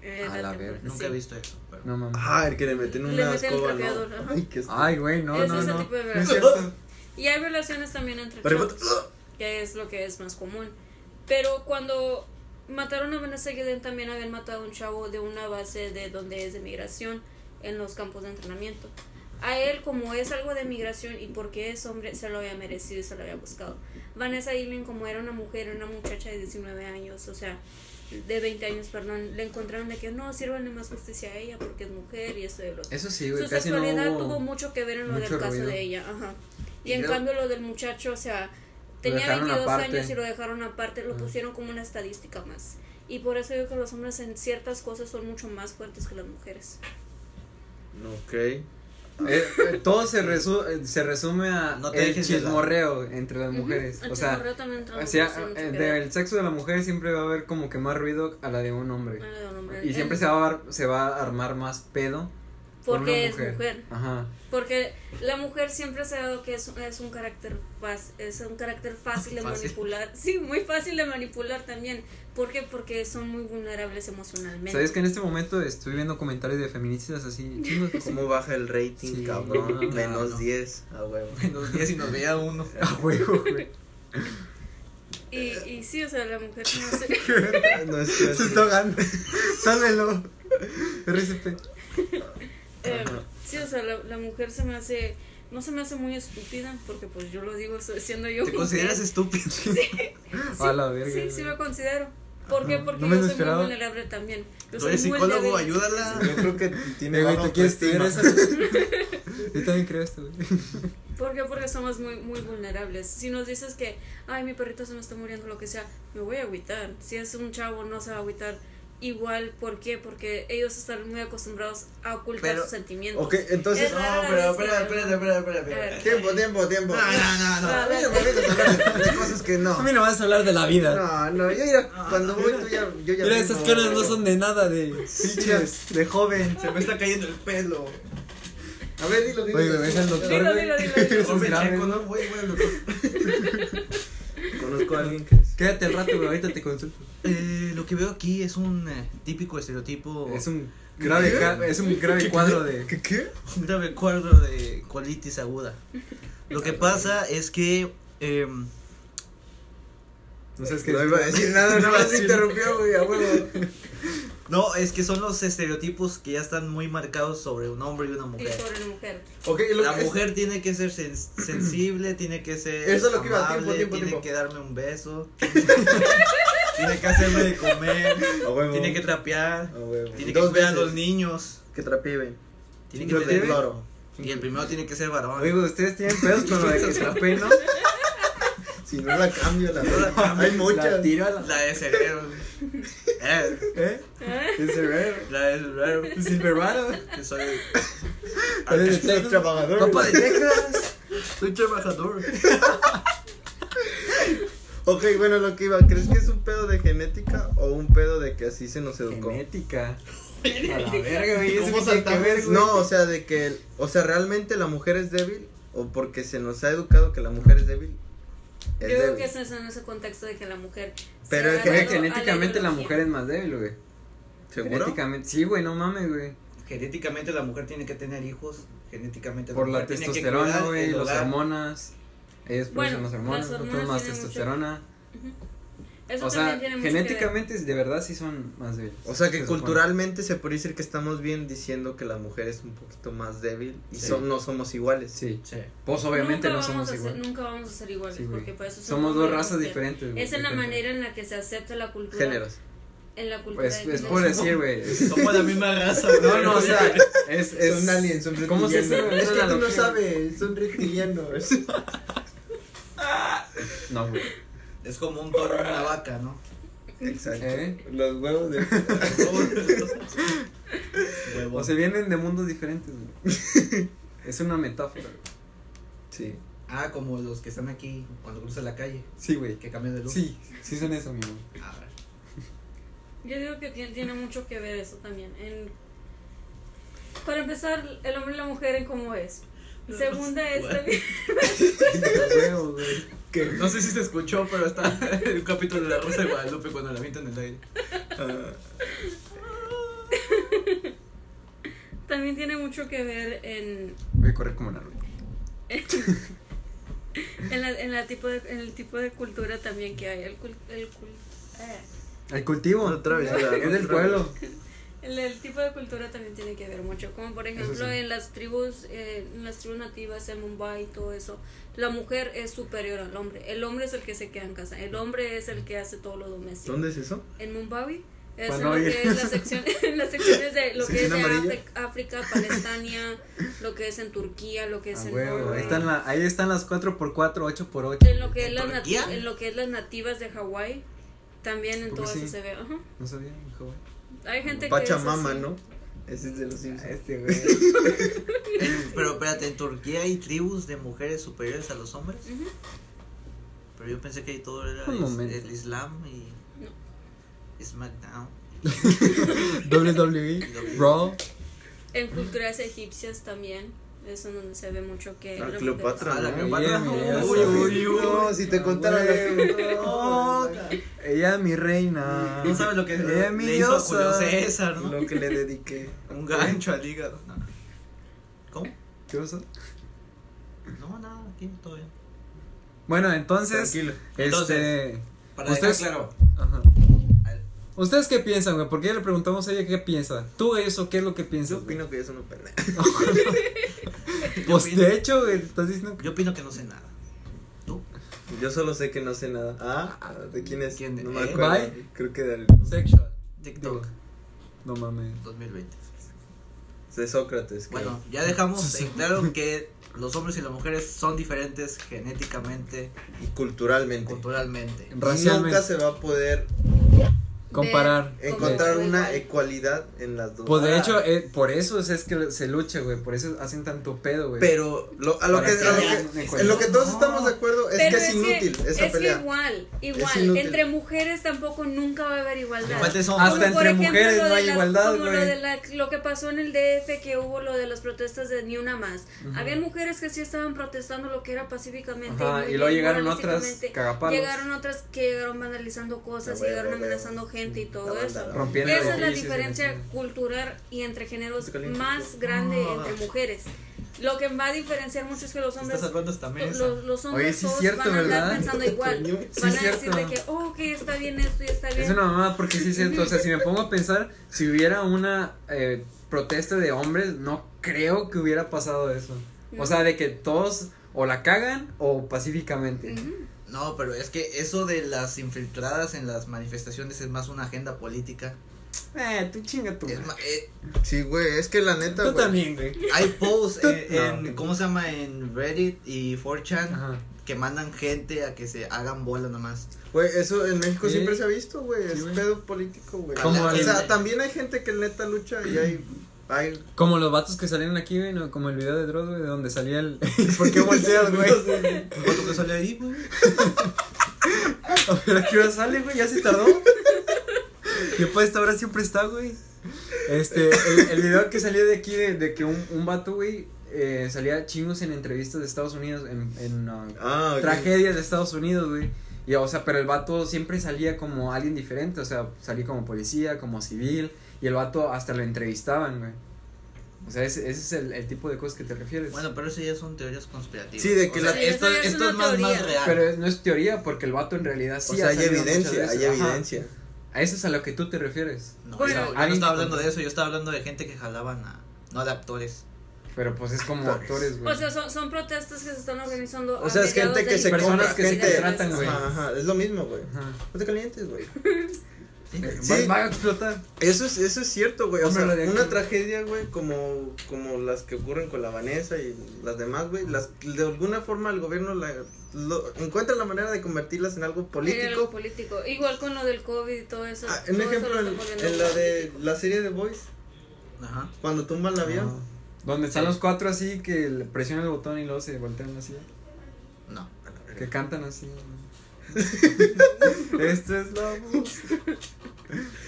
Speaker 5: Eh,
Speaker 2: A
Speaker 5: la
Speaker 2: la
Speaker 5: temporada,
Speaker 2: verga.
Speaker 5: sí.
Speaker 8: visto eso.
Speaker 2: No mames.
Speaker 4: Ah, el que le meten
Speaker 5: Le
Speaker 4: una
Speaker 5: meten el
Speaker 4: escoba,
Speaker 5: trapeador,
Speaker 4: ¿no?
Speaker 5: ajá.
Speaker 4: Ay, qué
Speaker 2: Ay, güey, no,
Speaker 5: es
Speaker 2: no,
Speaker 5: ese
Speaker 2: no.
Speaker 5: tipo de
Speaker 2: No es
Speaker 5: violación.
Speaker 2: cierto.
Speaker 5: y hay violaciones también entre
Speaker 2: Pero-
Speaker 5: chavos, que es lo que es más común. Pero cuando mataron a Vanessa Guedén, también habían matado a un chavo de una base de donde es de migración en los campos de entrenamiento. A él, como es algo de migración y porque es hombre, se lo había merecido y se lo había buscado. Vanessa Gillen, como era una mujer, era una muchacha de 19 años, o sea, de 20 años, perdón, le encontraron de que no, sírvanle más justicia a ella porque es mujer y eso y lo otro.
Speaker 2: Eso sí, güey,
Speaker 5: Su
Speaker 2: casi no
Speaker 5: sexualidad
Speaker 2: hubo
Speaker 5: tuvo mucho que ver en lo del
Speaker 2: mucho
Speaker 5: caso
Speaker 2: ruido.
Speaker 5: de ella, ajá. Y,
Speaker 2: Y
Speaker 5: en
Speaker 2: creo-
Speaker 5: cambio lo del muchacho, o sea,
Speaker 2: Lo
Speaker 5: tenía
Speaker 2: dejaron
Speaker 5: 22
Speaker 2: aparte.
Speaker 5: años y lo dejaron aparte, lo
Speaker 2: Ah.
Speaker 5: pusieron como una estadística más. Y por eso digo que los hombres en ciertas cosas son mucho más fuertes que las mujeres.
Speaker 4: Ok.
Speaker 2: Eh, eh, todo se, resu- eh, se resume a
Speaker 4: te
Speaker 2: el
Speaker 4: dejes de lado.
Speaker 2: chismorreo entre las mujeres.
Speaker 5: el
Speaker 2: o sea,
Speaker 5: chismorreo también entre las
Speaker 2: o sea,
Speaker 5: mujeres tiene
Speaker 2: eh,
Speaker 5: mucho que ver.
Speaker 2: del sexo de la mujer siempre va a haber como que más ruido a la de un hombre.
Speaker 5: A la Ah, de un hombre.
Speaker 2: Y siempre
Speaker 5: En-
Speaker 2: se va, a ar- se va a armar más pedo. por
Speaker 5: Porque
Speaker 2: una
Speaker 5: es mujer.
Speaker 2: Ajá.
Speaker 5: Porque la mujer siempre se ha dado que es, es un carácter fácil, es un carácter fácil de
Speaker 2: Fácil.
Speaker 5: manipular. Sí, muy fácil de manipular también. ¿Por qué? Porque son muy vulnerables emocionalmente.
Speaker 2: ¿Sabes que en este momento estoy viendo comentarios de feministas así? chingos que sí.
Speaker 4: ¿Cómo baja el rating,
Speaker 2: Sí,
Speaker 4: cabrón?
Speaker 2: no, no,
Speaker 4: Menos Ah,
Speaker 2: no.
Speaker 4: 10, a huevo.
Speaker 6: Menos 10 y nos veía uno.
Speaker 2: A huevo, güey.
Speaker 5: Y, y sí, o sea, la mujer no se...
Speaker 4: eh, No es
Speaker 2: Se está ahogando. Sálvelo. RCP.
Speaker 5: Eh, sí, o sea, la, la mujer se me hace... No se me hace muy estúpida, porque pues yo lo digo so- siendo yo...
Speaker 2: ¿Te
Speaker 5: mujer.
Speaker 2: consideras
Speaker 6: estúpido?
Speaker 5: Sí.
Speaker 2: A la verga,
Speaker 5: Sí,
Speaker 2: güey.
Speaker 5: sí lo considero. ¿Por qué?
Speaker 2: Ajá.
Speaker 5: Porque
Speaker 2: No me
Speaker 5: yo soy
Speaker 2: esperaba.
Speaker 5: muy vulnerable también. Yo
Speaker 2: Tú
Speaker 5: soy
Speaker 2: eres
Speaker 5: muy
Speaker 2: psicólogo,
Speaker 5: débil.
Speaker 6: ayúdala.
Speaker 4: Yo creo que tiene
Speaker 2: Eh, güey,
Speaker 4: baja
Speaker 2: ¿tú quieres estudiar
Speaker 4: autoestima.
Speaker 2: eso? Yo también creo esto, güey.
Speaker 5: ¿Por qué? Porque somos muy, muy vulnerables. Si nos dices que, ay, mi perrito se me está muriendo, lo que sea, me voy a agüitar. Si es un chavo, no se va a agüitar. Igual, ¿por qué? Porque ellos están muy acostumbrados a ocultar
Speaker 4: Pero-
Speaker 5: sus sentimientos.
Speaker 4: Ok, entonces.
Speaker 5: Es rara la vez que algo- A ver.
Speaker 4: Tiempo, tiempo, tiempo. No,
Speaker 2: Ah,
Speaker 4: no,
Speaker 5: A
Speaker 4: no.
Speaker 5: ver.
Speaker 4: Mira, mamita, te hablas de cosas que no.
Speaker 2: A mí no vas a hablar de la vida.
Speaker 4: No, no, yo ya, cuando voy tú ya, yo ya.
Speaker 2: Mira,
Speaker 4: mismo-
Speaker 2: esas caras no son de nada, de pinches, de joven.
Speaker 6: Se me está cayendo el pelo.
Speaker 4: A ver, dilo, dilo.
Speaker 2: Oye, ves al doctor,
Speaker 4: Dilo,
Speaker 2: güey.
Speaker 4: dilo, dilo, dilo.
Speaker 2: Eso es
Speaker 4: Hombre,
Speaker 2: grave.
Speaker 4: checo,
Speaker 6: No, güey, güey, loco.
Speaker 4: Conozco a alguien que.
Speaker 2: Quédate el rato, güey, ahorita te consulto.
Speaker 8: Eh, lo que veo aquí es un eh, típico estereotipo.
Speaker 2: Es un grave ca- es un grave cuadro de-
Speaker 8: ¿Qué? Un grave cuadro de colitis aguda. Lo que pasa es que. em,
Speaker 2: No sabes qué
Speaker 4: No iba a decir nada, nada más interrumpió, güey, a huevo.
Speaker 8: No, es que son los estereotipos que ya están muy marcados sobre un hombre y una
Speaker 5: Y
Speaker 8: mujer.
Speaker 5: sobre la mujer.
Speaker 8: la mujer tiene que ser sen- sensible, tiene que ser.
Speaker 4: Eso es lo que iba, tiempo,
Speaker 8: amable,
Speaker 4: tiempo,
Speaker 8: Tiene
Speaker 4: tiempo.
Speaker 8: que darme un beso. tiene que hacerme de comer. Tiene que trapear. Tiene que
Speaker 4: Dos
Speaker 8: cuidar a
Speaker 4: veces.
Speaker 8: los niños.
Speaker 4: Que trapeen.
Speaker 8: Tiene
Speaker 4: ¿Que
Speaker 8: que tener
Speaker 4: trapeen?
Speaker 8: cloro. Y el primero tiene que ser varón.
Speaker 2: Oye, güey, ustedes tienen pedos con lo de que trapee, ¿no?
Speaker 4: Si no la cambio, la
Speaker 8: No la cambio.
Speaker 4: Hay muchas.
Speaker 8: La
Speaker 2: tiro
Speaker 8: La de Severo. güey. Eh.
Speaker 2: ¿Eh?
Speaker 8: De
Speaker 2: Severo.
Speaker 8: La de Severo.
Speaker 2: Silverado.
Speaker 8: Que soy.
Speaker 2: Eres de Texas. Papá de Texas.
Speaker 8: Soy trabajador.
Speaker 4: Ok, bueno, lo que iba, ¿crees que es un pedo de genética o un pedo de que así se nos educó?
Speaker 2: Genética. A la verga, güey, eso que tiene que ver, güey.
Speaker 4: No, o sea, de que, o sea, realmente la mujer es débil o porque se nos ha educado que la mujer es débil.
Speaker 5: Yo
Speaker 4: Es
Speaker 5: creo
Speaker 4: débil.
Speaker 5: que eso es en ese contexto de que la mujer. se
Speaker 2: Pero
Speaker 5: ha
Speaker 2: es que
Speaker 5: dado a
Speaker 2: genéticamente la
Speaker 5: ideología.
Speaker 2: mujer es más débil, güey.
Speaker 4: ¿Seguro?
Speaker 2: Genéticamente, sí, güey, no mames, güey.
Speaker 6: genéticamente la mujer tiene que tener hijos, genéticamente
Speaker 2: Por la
Speaker 6: mujer tiene que
Speaker 2: testosterona,
Speaker 6: cuidar
Speaker 2: güey,
Speaker 6: el
Speaker 2: las
Speaker 6: hogar.
Speaker 2: hormonas. Ellos
Speaker 5: Bueno,
Speaker 2: producen las hormonas,
Speaker 5: las hormonas
Speaker 2: nosotros más
Speaker 5: tienen mucho-
Speaker 2: testosterona.
Speaker 5: Ujú. Eso
Speaker 2: o sea,
Speaker 5: también tiene mucho que ver.
Speaker 2: genéticamente de verdad sí son más débiles.
Speaker 4: O sea que
Speaker 2: Se supone.
Speaker 4: culturalmente se puede decir que estamos bien diciendo que la mujer es un poquito más débil y
Speaker 2: Sí.
Speaker 4: son- no somos iguales.
Speaker 2: Sí. Pues obviamente no somos
Speaker 5: vamos a ser-
Speaker 2: iguales.
Speaker 5: nunca vamos a ser iguales,
Speaker 2: Sí, güey.
Speaker 5: porque para eso se
Speaker 2: Somos
Speaker 5: come
Speaker 2: dos
Speaker 5: la
Speaker 2: razas
Speaker 5: mujer.
Speaker 2: diferentes, güey,
Speaker 5: Esa es la
Speaker 2: de cuenta.
Speaker 5: manera en la que se acepta la cultura.
Speaker 2: Géneros.
Speaker 5: En la cultura.
Speaker 2: Pues
Speaker 5: de
Speaker 2: es
Speaker 5: que
Speaker 2: por
Speaker 5: no
Speaker 2: decir, güey.
Speaker 6: Somos la misma raza,
Speaker 2: No,
Speaker 6: güey.
Speaker 2: no, o sea, es, es
Speaker 4: Son aliens, son
Speaker 2: ¿Cómo se hace?
Speaker 4: reptilianos.
Speaker 2: una
Speaker 4: Pues Es que tú no
Speaker 2: analogía?
Speaker 4: sabes, son reptilianos.
Speaker 2: No, güey.
Speaker 6: Es como un toro y una vaca, ¿no?
Speaker 4: Exacto.
Speaker 2: Los huevos de.
Speaker 6: Huevo.
Speaker 2: o se vienen de mundos diferentes, güey. Es una metáfora, güey.
Speaker 4: Sí.
Speaker 6: Ah, como los que están aquí cuando cruzan la calle.
Speaker 2: Sí, güey.
Speaker 6: Que cambian de luz.
Speaker 2: Sí, sí son eso, amigo.
Speaker 6: A ver.
Speaker 5: Yo digo que tiene, tiene mucho que ver eso también. En- para empezar, el hombre y la mujer en cómo es. este Segunda es también.
Speaker 6: Que no sé si se escuchó, pero está el capítulo de la Rosa de Guadalupe cuando la avientan en el aire.
Speaker 5: También tiene mucho que ver en,
Speaker 2: Voy a correr como una rueda.
Speaker 5: en, la- en la tipo de, en el tipo de cultura también que hay. El, cul- el, cul- eh.
Speaker 2: El cultivo.
Speaker 4: Otra vez, otra
Speaker 2: Es del
Speaker 4: vez.
Speaker 2: pueblo.
Speaker 5: El, el tipo de cultura también tiene que ver mucho, como por ejemplo
Speaker 2: sí.
Speaker 5: en las tribus, eh, en las tribus nativas en Mumbai y todo eso, la mujer es superior al hombre, el hombre es el que se queda en casa, el hombre es el que hace todo lo doméstico.
Speaker 4: ¿Dónde es eso?
Speaker 5: En Mumbai es
Speaker 4: Para
Speaker 5: en
Speaker 4: no
Speaker 5: lo
Speaker 4: ir.
Speaker 5: que es la sección, en las secciones de lo que es
Speaker 4: Sección
Speaker 5: de
Speaker 4: amarilla.
Speaker 5: África- África, Palestina, lo que es en Turquía, lo que es
Speaker 2: Ah,
Speaker 5: en,
Speaker 2: güey,
Speaker 5: Noruega,
Speaker 2: ahí, están la- ahí están las 4x4, 8x8.
Speaker 5: en lo que es las nat-
Speaker 2: Turquía?
Speaker 5: en lo que es las nativas de Hawái, también en
Speaker 2: ¿Por
Speaker 5: todo
Speaker 2: qué
Speaker 5: eso
Speaker 2: sí?
Speaker 5: se ve. ajá.
Speaker 2: No sabía, hijo, güey.
Speaker 5: Hay gente
Speaker 4: Pachamama,
Speaker 5: que es así.
Speaker 4: ¿no? Ese es de los Simpsons.
Speaker 2: Este, güey.
Speaker 6: Pero espérate, ¿en Turquía hay tribus de mujeres superiores a los hombres?
Speaker 5: Ujú.
Speaker 6: Pero yo pensé que ahí todo era
Speaker 2: Un
Speaker 6: is-
Speaker 2: momento.
Speaker 6: el Islam y
Speaker 5: No.
Speaker 6: SmackDown.
Speaker 2: WWE, E, Raw.
Speaker 5: En culturas egipcias también, es en donde se ve mucho que...
Speaker 4: A
Speaker 5: la
Speaker 4: Ah,
Speaker 6: Ah,
Speaker 4: Cleopatra.
Speaker 5: mujer-
Speaker 4: ¿no?
Speaker 2: Uy, uy, uy.
Speaker 4: No, si te contara
Speaker 2: No, Ah, Ella es mi reina.
Speaker 6: No sabes lo que
Speaker 2: Ella es mi ah.
Speaker 6: le hizo a
Speaker 2: diosa.
Speaker 6: Julio César, ¿no?
Speaker 4: lo que le dediqué.
Speaker 6: Un gancho al hígado. No. ¿Cómo?
Speaker 2: ¿Qué pasó?
Speaker 6: No, nada, aquí todo bien.
Speaker 2: Bueno, entonces,
Speaker 6: Tranquilo.
Speaker 2: este,
Speaker 6: Entonces, para dejar claro.
Speaker 2: Ajá. ¿Ustedes qué piensan, güey? Porque ya le preguntamos a ella qué piensa. ¿Tú eso qué es lo que piensas? Yo
Speaker 4: opino que eso no pendeja.
Speaker 2: pues de hecho, güey, estás diciendo
Speaker 6: Yo opino que no sé nada.
Speaker 4: Yo solo sé que no sé nada. Ah, ¿de quién es? No me
Speaker 6: Eh,
Speaker 4: acuerdo.
Speaker 2: bye.
Speaker 4: Creo que del
Speaker 2: Sexual.
Speaker 6: TikTok
Speaker 2: No mames.
Speaker 6: 2020.
Speaker 4: de Sócrates. que-
Speaker 6: Bueno, ya dejamos en claro que los hombres y las mujeres son diferentes genéticamente,
Speaker 4: y culturalmente.
Speaker 6: culturalmente.
Speaker 2: Racialmente.
Speaker 4: Nunca se va a poder
Speaker 2: Comparar.
Speaker 4: encontrar una ecualidad en las dos.
Speaker 2: Pues de hecho, eh, por eso es, es que se lucha, güey. Por eso hacen tanto pedo, güey.
Speaker 4: Pero lo- a lo
Speaker 2: Para
Speaker 4: que, a lo
Speaker 2: haya
Speaker 4: que-
Speaker 2: una
Speaker 4: en
Speaker 2: ecualidad.
Speaker 4: lo que todos estamos de acuerdo es
Speaker 5: Pero
Speaker 4: que es, inútil esa
Speaker 5: es
Speaker 4: pelea.
Speaker 5: igual,
Speaker 4: Es
Speaker 5: igual.
Speaker 4: inútil.
Speaker 5: Entre mujeres tampoco nunca va a haber igualdad.
Speaker 4: Igual te son-
Speaker 5: Como
Speaker 2: Hasta
Speaker 5: por
Speaker 2: entre mujeres
Speaker 5: lo
Speaker 2: no
Speaker 5: de
Speaker 2: hay
Speaker 5: las-
Speaker 2: igualdad,
Speaker 5: Como lo,
Speaker 2: güey.
Speaker 5: de la- lo que pasó en el DF, que hubo lo de las protestas de Ni Una Más.
Speaker 2: Ujú.
Speaker 5: Había mujeres que sí estaban protestando lo que era pacíficamente.
Speaker 2: Ajá,
Speaker 5: muy
Speaker 2: y luego
Speaker 5: bien,
Speaker 2: llegaron otras
Speaker 5: moralísticamente.
Speaker 2: cagapalos.
Speaker 5: Llegaron otras que llegaron vandalizando cosas,
Speaker 2: Ah, güey,
Speaker 5: llegaron
Speaker 2: güey,
Speaker 5: amenazando gente y todo eso.
Speaker 2: Rompiendo
Speaker 5: Esa es la
Speaker 2: edificios y la
Speaker 5: diferencia cultural y entre géneros
Speaker 6: caliente,
Speaker 5: más grande
Speaker 4: Ah.
Speaker 6: No.
Speaker 5: entre mujeres. Lo que va a diferenciar mucho es que los hombres
Speaker 6: Está salvando esta mesa.
Speaker 5: los, los hombres
Speaker 2: Oye, sí es
Speaker 5: todos
Speaker 2: cierto,
Speaker 5: van a andar
Speaker 2: ¿verdad?
Speaker 5: pensando igual.
Speaker 2: Coño. Sí
Speaker 5: van
Speaker 2: es
Speaker 5: a decir de
Speaker 2: cierto.
Speaker 5: que, oh, ok, está bien esto y está bien.
Speaker 2: Es una mamada porque sí es cierto. O sea, si me pongo a pensar, si hubiera una eh, protesta de hombres, no creo que hubiera pasado eso. O
Speaker 6: No.
Speaker 2: sea, de que todos o la cagan o pacíficamente.
Speaker 6: No, pero es que eso de las infiltradas en las manifestaciones es más una agenda política. eh,
Speaker 2: Eh, tú chinga tú.
Speaker 4: Sí, güey, es que la neta.
Speaker 2: Tú
Speaker 4: güey.
Speaker 2: también, güey.
Speaker 6: Hay posts
Speaker 4: Tú-
Speaker 6: en, en-
Speaker 4: No.
Speaker 6: ¿cómo se llama? En Reddit y 4chan que mandan gente a que se hagan bola nomás.
Speaker 4: Güey, eso en México
Speaker 6: Sí.
Speaker 4: siempre se ha visto, güey. es pedo político, güey.
Speaker 2: Como
Speaker 4: O
Speaker 2: el-
Speaker 4: sea, también hay gente que neta lucha y hay. hay
Speaker 2: Como los vatos que salieron aquí, güey, ¿no? como el video de Dross, güey, donde salía el... ¿Por qué volteas, güey?
Speaker 6: ¿Cuánto que sale ahí, güey?
Speaker 2: ¿A qué hora sale, güey? ¿Ya se tardó? Yo pues esta hora siempre está, güey. Este, el, el video que salió de aquí de, de que un, un vato, güey, eh, salía chingos en entrevistas de Estados Unidos, en, en ah,
Speaker 4: Ah, ok.
Speaker 2: tragedias de Estados Unidos, güey. Y, o sea, pero el vato siempre salía como alguien diferente, o sea, salía como policía, como civil, y el vato hasta lo entrevistaban, güey. O sea, ese, ese es el, el tipo de cosas que te refieres.
Speaker 6: Bueno, pero eso ya son teorías conspirativas.
Speaker 2: Sí, de que
Speaker 6: O sea,
Speaker 2: la-
Speaker 6: esto,
Speaker 2: Eso ya es
Speaker 6: esto es
Speaker 2: una
Speaker 6: más, más
Speaker 2: teoría.
Speaker 6: real.
Speaker 2: Pero es- no es teoría, porque el vato en realidad sí
Speaker 4: O sea,
Speaker 2: ha
Speaker 4: hay
Speaker 2: salido muchas
Speaker 4: evidencia,
Speaker 2: veces.
Speaker 4: hay
Speaker 2: Ajá.
Speaker 4: evidencia.
Speaker 2: A eso es a lo que tú te refieres.
Speaker 6: No,
Speaker 2: O sea,
Speaker 6: yo, yo no
Speaker 2: alguien
Speaker 6: estaba
Speaker 2: que
Speaker 6: hablando
Speaker 2: contó-
Speaker 6: de eso, yo estaba hablando de gente que jalaban a. No de actores.
Speaker 2: Pero pues es como actores,
Speaker 5: O sea, son, son protestas que se están organizando.
Speaker 4: O sea, es gente que se
Speaker 2: Personas
Speaker 4: compra,
Speaker 2: que se
Speaker 4: gente-
Speaker 2: contratan, güey.
Speaker 4: Ajá, ajá, es lo mismo, güey. No te calientes, güey.
Speaker 2: Va- va a explotar.
Speaker 4: Eso es, eso es cierto, güey. O
Speaker 2: Hombre,
Speaker 4: sea,
Speaker 2: lo de
Speaker 4: una
Speaker 2: aquí.
Speaker 4: tragedia, güey, como, como las que ocurren con la Vanessa y las demás, güey. Las, de alguna forma el gobierno la, lo- encuentra la manera de convertirlas en algo político.
Speaker 5: Político. político. Igual con lo del COVID y todo eso.
Speaker 4: Ah, un ejemplo en, en la de la serie de Boys.
Speaker 6: Ajá.
Speaker 4: Cuando tumban la
Speaker 2: Ah.
Speaker 4: avión.
Speaker 2: Donde están los cuatro así que le presionan el botón y luego se voltean así.
Speaker 6: No.
Speaker 2: Que cantan así. Esta es la voz.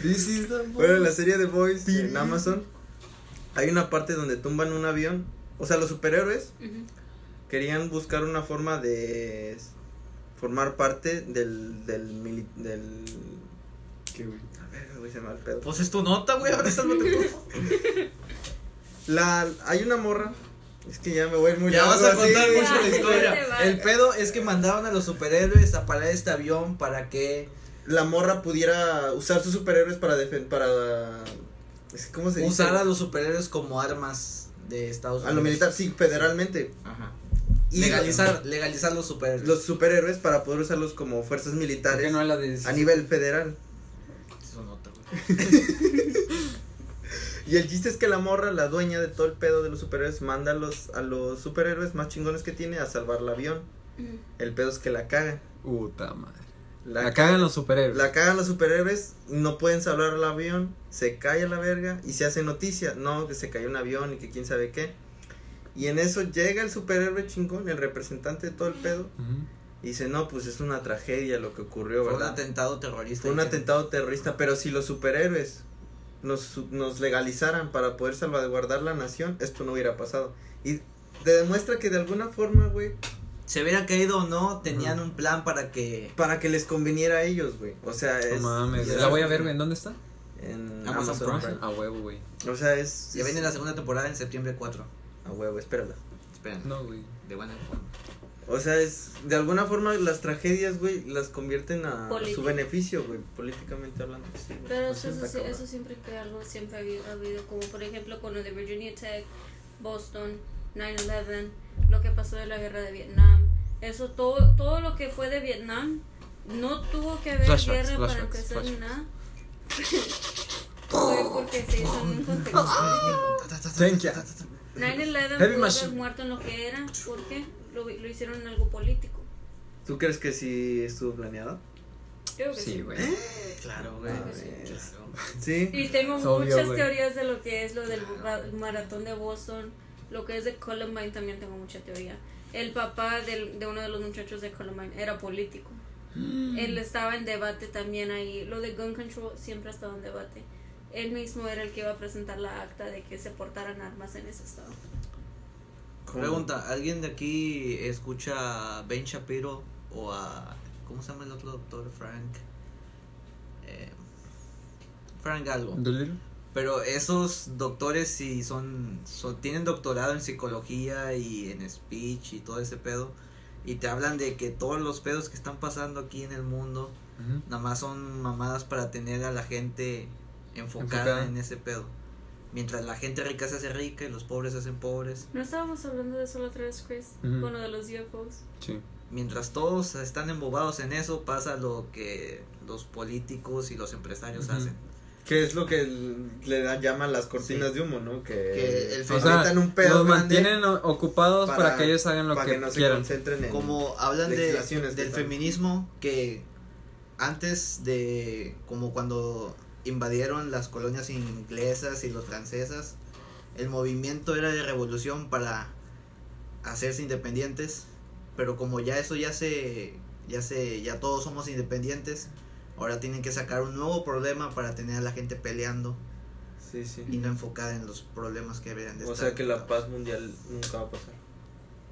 Speaker 2: This is the voice.
Speaker 4: Bueno, en la serie de Boys en Amazon hay una parte donde tumban un avión. O sea, los superhéroes querían buscar una forma de s- formar parte del del mili- del
Speaker 2: qué güey.
Speaker 4: A ver, güey, se me va el pedo.
Speaker 6: Pues es tu nota, güey, ahora estás matando.
Speaker 4: La hay una morra es que ya me voy a ir muy
Speaker 6: Ya vas
Speaker 4: largo
Speaker 6: a contar
Speaker 4: así.
Speaker 6: mucho la historia. El pedo es que mandaron a los superhéroes a parar este avión para que
Speaker 4: la morra pudiera usar sus superhéroes para defen- para es que, ¿cómo se dice?
Speaker 6: usar a los superhéroes como armas de Estados Unidos.
Speaker 4: A lo militar, sí, federalmente.
Speaker 6: Ajá.
Speaker 4: Y-
Speaker 6: legalizar, legalizar los superhéroes.
Speaker 4: Los superhéroes para poder usarlos como fuerzas militares a nivel federal.
Speaker 6: Eso no te-
Speaker 4: Y el chiste es que la morra, la dueña de todo el pedo de los superhéroes, manda a los, a los superhéroes más chingones que tiene a salvar el avión. El pedo es que la cagan.
Speaker 2: Puta madre. La cagan los superhéroes.
Speaker 4: La cagan los superhéroes, no pueden salvar el avión, se cae a la verga y se hace noticia, no, que se cayó un avión y que quién sabe qué. Y en eso llega el superhéroe chingón, el representante de todo el pedo, y dice, no, pues es una tragedia lo que ocurrió,
Speaker 6: Fue un
Speaker 4: ¿verdad?
Speaker 6: atentado terrorista.
Speaker 4: Fue un atentado terrorista, pero si los superhéroes nos, su- nos legalizaran para poder salvaguardar la nación, esto no hubiera pasado. Y te demuestra que de alguna forma, güey,
Speaker 6: Se hubiera caído o no, tenían un plan para que.
Speaker 4: para que les conveniera a ellos, güey. O sea,
Speaker 2: No
Speaker 4: es...
Speaker 2: mames.
Speaker 4: es-
Speaker 2: La voy a ver, güey. ¿En dónde está?
Speaker 4: En
Speaker 6: Amazon
Speaker 4: Amazon
Speaker 6: Prime.
Speaker 4: Prime.
Speaker 2: A huevo, güey.
Speaker 4: O sea, es...
Speaker 6: Ya viene la segunda temporada en septiembre 4.
Speaker 4: A huevo, espérala.
Speaker 6: Esperen.
Speaker 2: No, güey.
Speaker 6: De buena forma.
Speaker 4: O sea, es... De alguna forma las tragedias, güey, las convierten a
Speaker 5: Política.
Speaker 4: su beneficio, güey, políticamente hablando. sí, güey.
Speaker 5: Pero
Speaker 4: Pues
Speaker 5: eso,
Speaker 4: está
Speaker 5: eso,
Speaker 4: cabrón.
Speaker 5: eso siempre que algo siempre ha habido, ha habido, como por ejemplo con lo de Virginia Tech, Boston, 9-11, lo que pasó de la guerra de Vietnam. Eso, todo, todo lo que fue de Vietnam, no tuvo que haber
Speaker 2: Flashbacks,
Speaker 5: guerra para
Speaker 2: flashbacks,
Speaker 5: empezar ni
Speaker 2: flashbacks.
Speaker 5: nada. Fue porque se hizo en un contexto político.
Speaker 2: Thank you.
Speaker 5: 9-11
Speaker 4: Heavy
Speaker 5: pudo haber
Speaker 4: machine.
Speaker 5: muerto en lo que era, porque lo, lo hicieron en algo político.
Speaker 4: ¿Tú crees que sí estuvo planeado?
Speaker 5: Creo que sí.
Speaker 6: Claro, güey.
Speaker 4: Ah,
Speaker 6: Claro.
Speaker 4: Sí.
Speaker 5: Y tengo
Speaker 4: Es obvio,
Speaker 5: muchas
Speaker 4: güey.
Speaker 5: teorías de lo que es lo del ba- maratón de Boston, lo que es de Columbine también tengo mucha teoría. El papá del- de uno de los muchachos de Columbine era político. Él estaba en debate también ahí. Lo de gun control siempre ha estado en debate. Él mismo era el que iba a presentar la acta de que se portaran armas en ese estado.
Speaker 4: ¿Cómo?
Speaker 6: Pregunta, ¿alguien de aquí escucha a Ben Shapiro o a... ¿Cómo se llama el otro doctor? Frank... Eh, Frank algo.
Speaker 2: Dolittle.
Speaker 6: Pero esos doctores si son, son... Tienen doctorado en psicología y en speech y todo ese pedo. Y te hablan de que todos los pedos que están pasando aquí en el mundo nada más son mamadas para tener a la gente enfocada,
Speaker 2: Enfocada.
Speaker 6: en ese pedo. Mientras la gente rica se hace rica y los pobres se hacen pobres.
Speaker 5: ¿No estábamos hablando de eso la otra vez, Chris?
Speaker 6: Ujú.
Speaker 5: Con lo de los UFOs.
Speaker 2: Sí.
Speaker 6: Mientras todos están embobados en eso, pasa lo que los políticos y los empresarios
Speaker 4: Ujú.
Speaker 6: hacen.
Speaker 4: Que es lo que el- le da, llaman las cortinas de humo, ¿no? Que,
Speaker 6: Que el
Speaker 4: se
Speaker 2: O sea,
Speaker 4: inventan un pedo
Speaker 2: los
Speaker 4: grande
Speaker 2: mantienen o- ocupados para,
Speaker 4: para-
Speaker 2: que ellos hagan lo
Speaker 4: para
Speaker 2: que,
Speaker 4: que no se
Speaker 2: quieran.
Speaker 4: concentren en-
Speaker 6: Como hablan de,
Speaker 4: legislaciones que
Speaker 6: del
Speaker 4: están.
Speaker 6: feminismo, que antes de, como cuando invadieron las colonias inglesas y los francesas, el movimiento era de revolución para hacerse independientes, pero como ya eso ya se, ya se, ya todos somos independientes, ahora tienen que sacar un nuevo problema para tener a la gente peleando
Speaker 4: Sí, sí.
Speaker 6: y no enfocada en los problemas que deberían de
Speaker 4: O
Speaker 6: estar.
Speaker 4: sea que la paz mundial nunca va a pasar.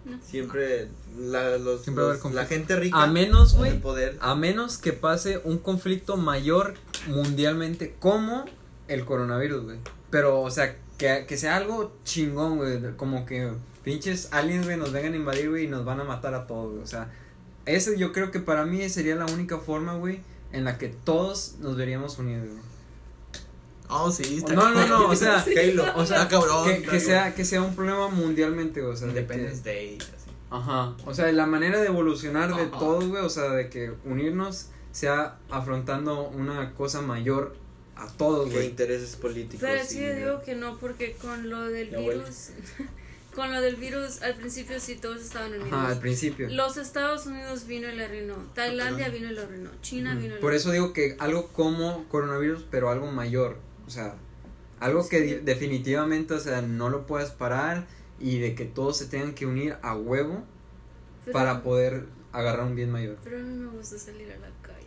Speaker 5: No.
Speaker 4: Siempre la, los,
Speaker 2: Siempre va a haber
Speaker 4: los-
Speaker 2: conflicto.
Speaker 4: la gente rica
Speaker 2: A menos,
Speaker 4: con
Speaker 2: güey,
Speaker 4: el poder
Speaker 2: A menos que pase un conflicto mayor mundialmente como el coronavirus, güey. Pero, o sea, Que, que sea algo chingón, güey. Como que pinches aliens, güey, nos vengan a invadir, güey, y nos van a matar a todos, güey. O sea, esa yo creo que para mí sería la única forma, güey, en la que todos nos veríamos unidos, güey.
Speaker 4: Oh, sí, está
Speaker 2: no, no,
Speaker 4: cabrón.
Speaker 2: no, o sea,
Speaker 4: Halo,
Speaker 2: o sea,
Speaker 4: está cabrón,
Speaker 2: que,
Speaker 4: está
Speaker 2: que sea,
Speaker 4: cabrón.
Speaker 2: que sea un problema mundialmente, güey, o sea, de
Speaker 6: Independence
Speaker 2: que-
Speaker 6: Day. así.
Speaker 2: Ajá, o sea, la manera de evolucionar de todos, güey, o sea, de que unirnos sea afrontando una cosa mayor a todos,
Speaker 4: Que
Speaker 2: güey.
Speaker 4: intereses políticos.
Speaker 5: Pero sí yo digo que no, porque con lo del
Speaker 2: Mi abuela.
Speaker 5: virus, con lo del virus, al principio sí todos estaban unidos.
Speaker 2: Ajá, al principio.
Speaker 5: Los Estados Unidos vino y le arruinó, Tailandia vino y le arruinó, China vino y le
Speaker 2: Por eso digo que algo como coronavirus, pero algo mayor. O sea, algo que di- definitivamente, o sea, no lo puedas parar y de que todos se tengan que unir a huevo
Speaker 5: Pero-
Speaker 2: para poder agarrar un bien mayor.
Speaker 5: Pero a mí me gusta salir a la calle.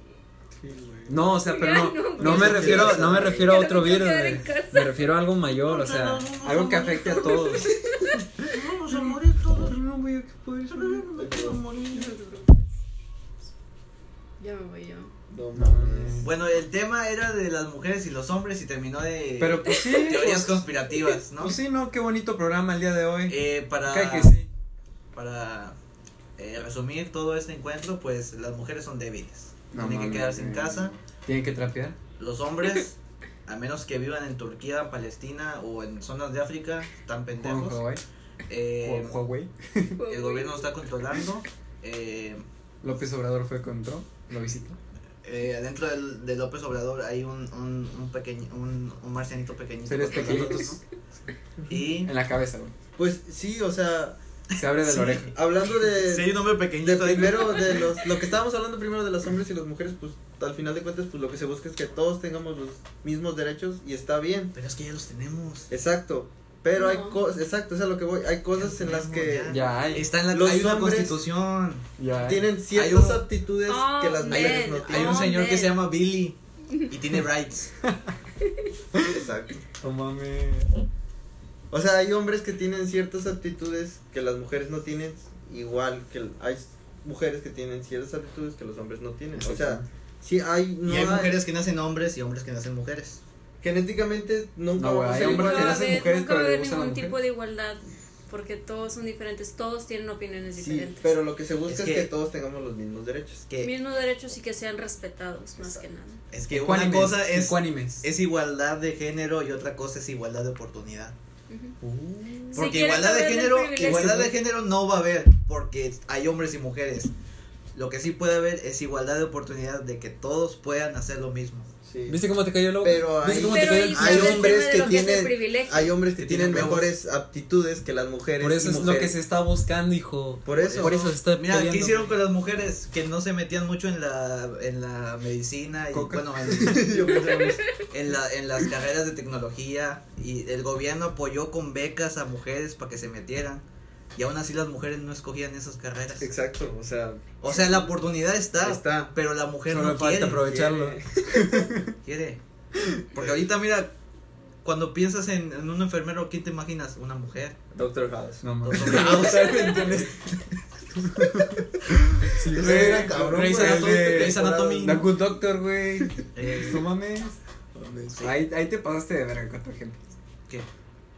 Speaker 2: No, o sea, pero
Speaker 5: Ay,
Speaker 2: no,
Speaker 5: no, pues,
Speaker 2: no
Speaker 5: güey.
Speaker 2: me refiero, no me refiero a
Speaker 5: Yo
Speaker 2: otro
Speaker 5: me quiero
Speaker 2: virus,
Speaker 5: quedar
Speaker 2: güey.
Speaker 5: en casa.
Speaker 2: me refiero a algo mayor, o sea, algo que afecte a todos.
Speaker 13: Vamos a morir todos.
Speaker 2: No, güey, ¿qué puedes
Speaker 5: Ya me voy yo.
Speaker 6: Bueno, el tema era de las mujeres y los hombres y terminó de
Speaker 2: Pero, pues, sí,
Speaker 6: teorías
Speaker 2: pues-
Speaker 6: conspirativas, ¿no?
Speaker 2: Pues sí, no, qué bonito programa el día de hoy.
Speaker 6: Eh, para
Speaker 2: Ok, que sí.
Speaker 6: para eh, resumir todo este encuentro, pues las mujeres son débiles.
Speaker 2: No
Speaker 6: Tienen
Speaker 2: mames,
Speaker 6: que quedarse en
Speaker 2: güey.
Speaker 6: casa.
Speaker 2: Tienen que trapear.
Speaker 6: Los hombres, a menos que vivan en Turquía, Palestina o en zonas de África, están
Speaker 2: Juan
Speaker 6: pendejos.
Speaker 2: Huawei.
Speaker 6: Eh,
Speaker 2: Juan Huawei.
Speaker 6: el gobierno está controlando. Eh,
Speaker 2: López Obrador fue contra, lo visitó.
Speaker 6: eh, adentro del, de López Obrador hay un, un, un pequeño, un, un marcianito pequeñito.
Speaker 2: Seres
Speaker 6: controlando
Speaker 2: pequeñitos.
Speaker 6: todo. Y
Speaker 2: En la cabeza, güey.
Speaker 4: Pues sí, o sea.
Speaker 2: Se abre de la
Speaker 4: sí,
Speaker 2: oreja.
Speaker 4: Hablando de.
Speaker 6: Sí, hay un hombre pequeñito
Speaker 4: de
Speaker 6: ahí.
Speaker 4: primero de los. Lo que estábamos hablando primero de los hombres y las mujeres, pues al final de cuentas, pues lo que se busca es que todos tengamos los mismos derechos y está bien.
Speaker 6: Pero es que ya los tenemos.
Speaker 4: Exacto. Pero hay
Speaker 6: No.
Speaker 4: cosas. Exacto, es a lo que voy. Hay cosas en las que.
Speaker 2: Ya hay.
Speaker 6: Está en la,
Speaker 4: Los
Speaker 6: hay una
Speaker 4: hombres
Speaker 6: constitución.
Speaker 2: Ya hay.
Speaker 4: Tienen
Speaker 6: Hay
Speaker 4: ciertas
Speaker 6: un-
Speaker 4: aptitudes que las mujeres no tienen.
Speaker 6: Hay un señor que se llama Billy y tiene rights.
Speaker 4: Exacto.
Speaker 2: No mames.
Speaker 4: O sea, hay hombres que tienen ciertas aptitudes que las mujeres no tienen, igual que el- hay mujeres que tienen ciertas aptitudes que los hombres no tienen. O sea, sí hay, no
Speaker 6: y hay mujeres que nacen hombres y hombres que nacen mujeres.
Speaker 4: Genéticamente nunca
Speaker 2: No, güey,
Speaker 4: vamos a
Speaker 2: hay hombres que
Speaker 5: Nunca va a
Speaker 2: nacen
Speaker 5: haber,
Speaker 2: mujeres,
Speaker 5: nunca
Speaker 2: pero
Speaker 5: va
Speaker 2: les
Speaker 5: a haber
Speaker 2: gustan las
Speaker 5: ningún tipo
Speaker 2: mujeres.
Speaker 5: de igualdad, porque todos son diferentes, todos tienen opiniones
Speaker 4: Sí,
Speaker 5: diferentes.
Speaker 4: pero lo que se busca
Speaker 6: Es
Speaker 4: es que,
Speaker 6: que-
Speaker 4: todos tengamos los mismos derechos.
Speaker 5: Mismos derechos y que sean respetados, más que nada.
Speaker 6: Es que
Speaker 2: Ecuánimes,
Speaker 6: una cosa es,
Speaker 2: ecuánimes.
Speaker 6: es igualdad de género y otra cosa es igualdad de oportunidad.
Speaker 2: Uh.
Speaker 5: Si
Speaker 6: Porque
Speaker 5: quieres
Speaker 6: igualdad de
Speaker 5: hablar del
Speaker 6: género,
Speaker 5: privilegio-
Speaker 6: igualdad de género no va a haber, porque hay hombres y mujeres. Lo que sí puede haber es igualdad de oportunidad de que todos puedan hacer lo mismo.
Speaker 2: ¿Viste cómo te cayó el ojo?
Speaker 4: Pero
Speaker 2: ¿Viste
Speaker 4: hay,
Speaker 2: cómo te
Speaker 5: Pero
Speaker 2: cayó
Speaker 5: ahí
Speaker 2: el-
Speaker 5: está
Speaker 4: hay
Speaker 5: el tema
Speaker 4: hombres
Speaker 5: de
Speaker 4: que
Speaker 5: lo que es el
Speaker 4: tienen
Speaker 5: privilegio.
Speaker 4: hay hombres que
Speaker 6: Que
Speaker 4: tienen
Speaker 6: tienen huevos.
Speaker 4: mejores aptitudes que las mujeres.
Speaker 2: Por eso
Speaker 4: y
Speaker 2: es lo que
Speaker 4: mujeres.
Speaker 2: se está buscando, hijo.
Speaker 4: Por eso.
Speaker 2: Por eso se está
Speaker 6: Mira, ¿qué
Speaker 2: peleando.
Speaker 6: hicieron con las mujeres? Que no se metían mucho en la, en la medicina y
Speaker 2: Coca.
Speaker 6: bueno, en, yo pensé lo mismo. en, la, en las carreras de tecnología y el gobierno apoyó con becas a mujeres para que se metieran y aún así las mujeres no escogían esas carreras.
Speaker 4: Exacto, o sea,
Speaker 6: O sea, la oportunidad está,
Speaker 4: Está.
Speaker 6: pero la mujer
Speaker 2: Solo
Speaker 6: no
Speaker 2: me falta
Speaker 6: quiere.
Speaker 2: aprovecharlo.
Speaker 6: Quiere. Porque ahorita mira, cuando piensas en, en un enfermero, ¿quién te imaginas? Una mujer.
Speaker 4: Doctor House.
Speaker 2: No mames.
Speaker 4: Totalmente honesto.
Speaker 2: Sí,
Speaker 4: Ese
Speaker 2: güey.
Speaker 4: era cabrón,
Speaker 2: Grey's
Speaker 4: güey.
Speaker 2: Anatomy.
Speaker 4: Grey's Anatomy.
Speaker 2: The Good Doctor, güey.
Speaker 6: Eh.
Speaker 2: No mames.
Speaker 6: Sí.
Speaker 2: Ahí, ahí te pasaste de verga con tu ejemplo.
Speaker 6: ¿Qué?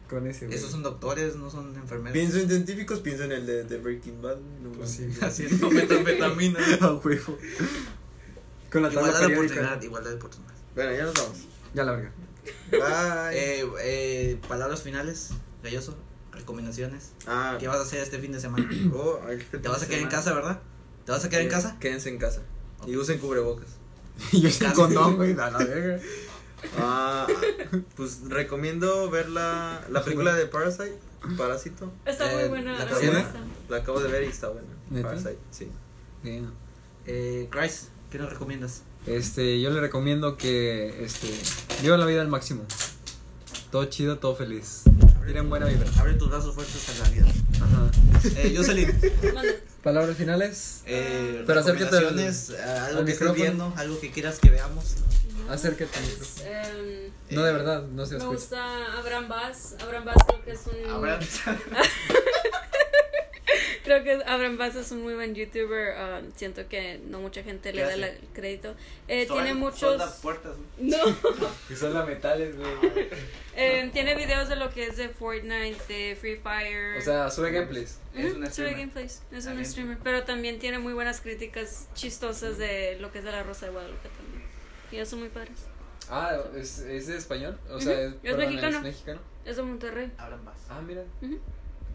Speaker 2: Con ese, güey.
Speaker 6: Esos son doctores, no son enfermeros.
Speaker 4: Pienso en científicos, pienso en el de, de Breaking Bad. No
Speaker 2: Pues sí,
Speaker 4: mames.
Speaker 2: güey.
Speaker 6: haciendo metanfetamina.
Speaker 2: A huevo. Con la tabla
Speaker 6: Igualdad de
Speaker 2: periódica.
Speaker 6: oportunidad, igualdad de oportunidad.
Speaker 4: Bueno, ya nos vamos.
Speaker 2: Ya la verga.
Speaker 4: Bye.
Speaker 6: Eh, eh, palabras finales, Galloso, recomendaciones.
Speaker 4: ah,
Speaker 6: ¿Qué vas a hacer este fin de semana?
Speaker 4: oh, este
Speaker 6: Te vas a quedar en
Speaker 4: semana.
Speaker 6: casa, ¿verdad? ¿Te vas a quedar en
Speaker 4: Sí,
Speaker 6: casa?
Speaker 4: Quédense en casa. Y usen cubrebocas.
Speaker 2: Y yo sin condón, güey. Da la verga.
Speaker 4: Ah, pues recomiendo ver la, la película de Parasite. Parásito.
Speaker 5: Está muy buena,
Speaker 4: La
Speaker 5: la
Speaker 4: acabo,
Speaker 2: verdad
Speaker 4: de-
Speaker 5: está.
Speaker 4: la acabo de ver y está buena.
Speaker 2: ¿Neta?
Speaker 4: Parasite, sí.
Speaker 2: Sí.
Speaker 6: Eh, Christ, ¿qué nos recomiendas?
Speaker 2: Este, yo le recomiendo que este, viva la vida al máximo. Todo chido, todo feliz. Tienen buena vibra.
Speaker 6: Abre tus brazos fuertes a la vida.
Speaker 2: Ajá.
Speaker 6: Eh, Jocelyn,
Speaker 5: Mande.
Speaker 2: Palabras finales.
Speaker 6: eh,
Speaker 2: Pero acércate al-
Speaker 6: recomendaciones, eh, algo
Speaker 2: al
Speaker 6: que estés
Speaker 2: micrófono.
Speaker 6: viendo, algo que quieras que veamos.
Speaker 2: Acércate.
Speaker 5: Pues, em,
Speaker 2: No, de verdad, no se
Speaker 5: me
Speaker 2: escucha.
Speaker 5: gusta Abraham Bass. Abraham Bass creo que es un.
Speaker 3: Abraham.
Speaker 5: Creo que Abraham Vaz es un muy buen youtuber. um, siento que no mucha gente le
Speaker 2: ¿Qué
Speaker 5: da
Speaker 2: hace?
Speaker 5: la- el crédito. Eh,
Speaker 2: Sol-
Speaker 5: tiene muchos.
Speaker 2: solda puertas, güey.
Speaker 5: No.
Speaker 2: Que son las metales, güey.
Speaker 5: Eh, tiene videos de lo que es de Fortnite, de Free Fire.
Speaker 2: O sea, sube gameplays.
Speaker 5: Ujú, sube gameplays, pues, es un
Speaker 2: También.
Speaker 5: streamer, pero también tiene muy buenas críticas chistosas de lo que es de la Rosa de Guadalupe también. Y ellos son muy padres.
Speaker 2: Ah, ¿es, es de español? O sea,
Speaker 5: Ujú,
Speaker 2: es,
Speaker 5: es
Speaker 2: perdón,
Speaker 5: mexicano.
Speaker 2: ¿es mexicano.
Speaker 5: Es de Monterrey.
Speaker 2: Hablan más. Ah, mira.
Speaker 5: Ujú.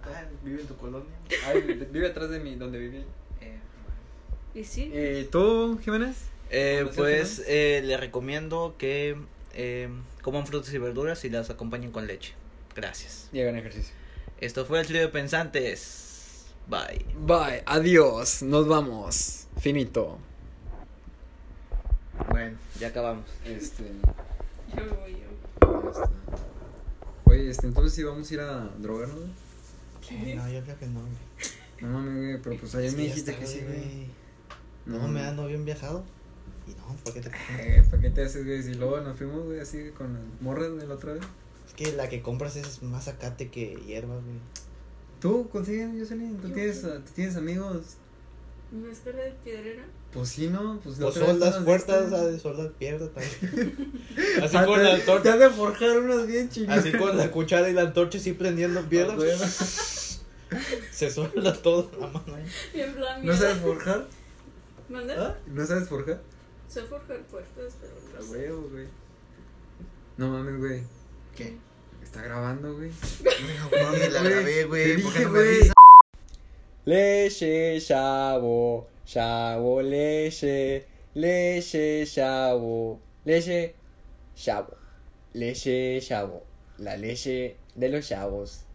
Speaker 2: Ah, vive en tu colonia. Ah, vive vive atrás de mi, donde viví.
Speaker 5: Y sí.
Speaker 2: ¿Y
Speaker 4: Eh,
Speaker 2: tú, Jiménez?
Speaker 6: Eh,
Speaker 2: ¿Conoces
Speaker 6: pues eh, le recomiendo que eh, coman frutas y verduras y las acompañen con leche. Gracias.
Speaker 2: Y hagan ejercicio.
Speaker 6: Esto fue el trío de pensantes. Bye.
Speaker 2: Bye, adiós, nos vamos. Finito.
Speaker 6: Bueno, ya acabamos.
Speaker 2: Este.
Speaker 5: Yo me voy, yo.
Speaker 2: Oye, este, entonces sí vamos a ir a drogarnos. güey?
Speaker 3: No, yo creo que no.
Speaker 2: No mames, güey, pero pues ayer
Speaker 3: Es
Speaker 2: me
Speaker 3: ya
Speaker 2: dijiste
Speaker 3: es
Speaker 2: que sí,
Speaker 3: tarde,
Speaker 2: güey.
Speaker 3: No,
Speaker 6: Mm.
Speaker 3: me ando bien viajado. Y no, ¿por qué te
Speaker 2: Eh, ¿Para qué te haces, güey? Si luego nos fuimos, güey, así con las morras de la otra vez.
Speaker 3: Es que la que compras es más acate que hierbas, güey.
Speaker 2: Tú consigues, Jocelyn, tú
Speaker 5: Yo
Speaker 2: tienes, tú tienes amigos.
Speaker 5: ¿No es cara de piedrera?
Speaker 2: Pues sí, ¿no? Pues, la
Speaker 3: O
Speaker 2: otra vez
Speaker 3: son las
Speaker 2: nos
Speaker 3: puertas,
Speaker 2: diste.
Speaker 3: o sea, son las piernas también. Así
Speaker 2: Ah,
Speaker 3: con
Speaker 2: te-
Speaker 3: la
Speaker 2: Te
Speaker 3: antorcha.
Speaker 2: has de forjar unas bien chingadas.
Speaker 3: Así con la cuchara y la antorcha así prendiendo piedras.
Speaker 2: Ah,
Speaker 3: Se suelta todo la mano ahí.
Speaker 5: Bien plan,
Speaker 2: ¿No ¿Ah? sabes forjar?
Speaker 5: ¿Manda?
Speaker 2: ¿No sabes forjar?
Speaker 5: Sé forjar puertas, pero no sé.
Speaker 2: huevo, güey. No mames, güey. ¿Qué? Está grabando, güey.
Speaker 3: No mames, la grabé, güey.
Speaker 2: Te
Speaker 3: ¿Por qué
Speaker 2: dije,
Speaker 3: no me
Speaker 2: güey.
Speaker 3: avisas?
Speaker 14: Leche, chavo, chavo, leche, leche, chavo, leche, chavo, leche, chavo, la leche de los chavos.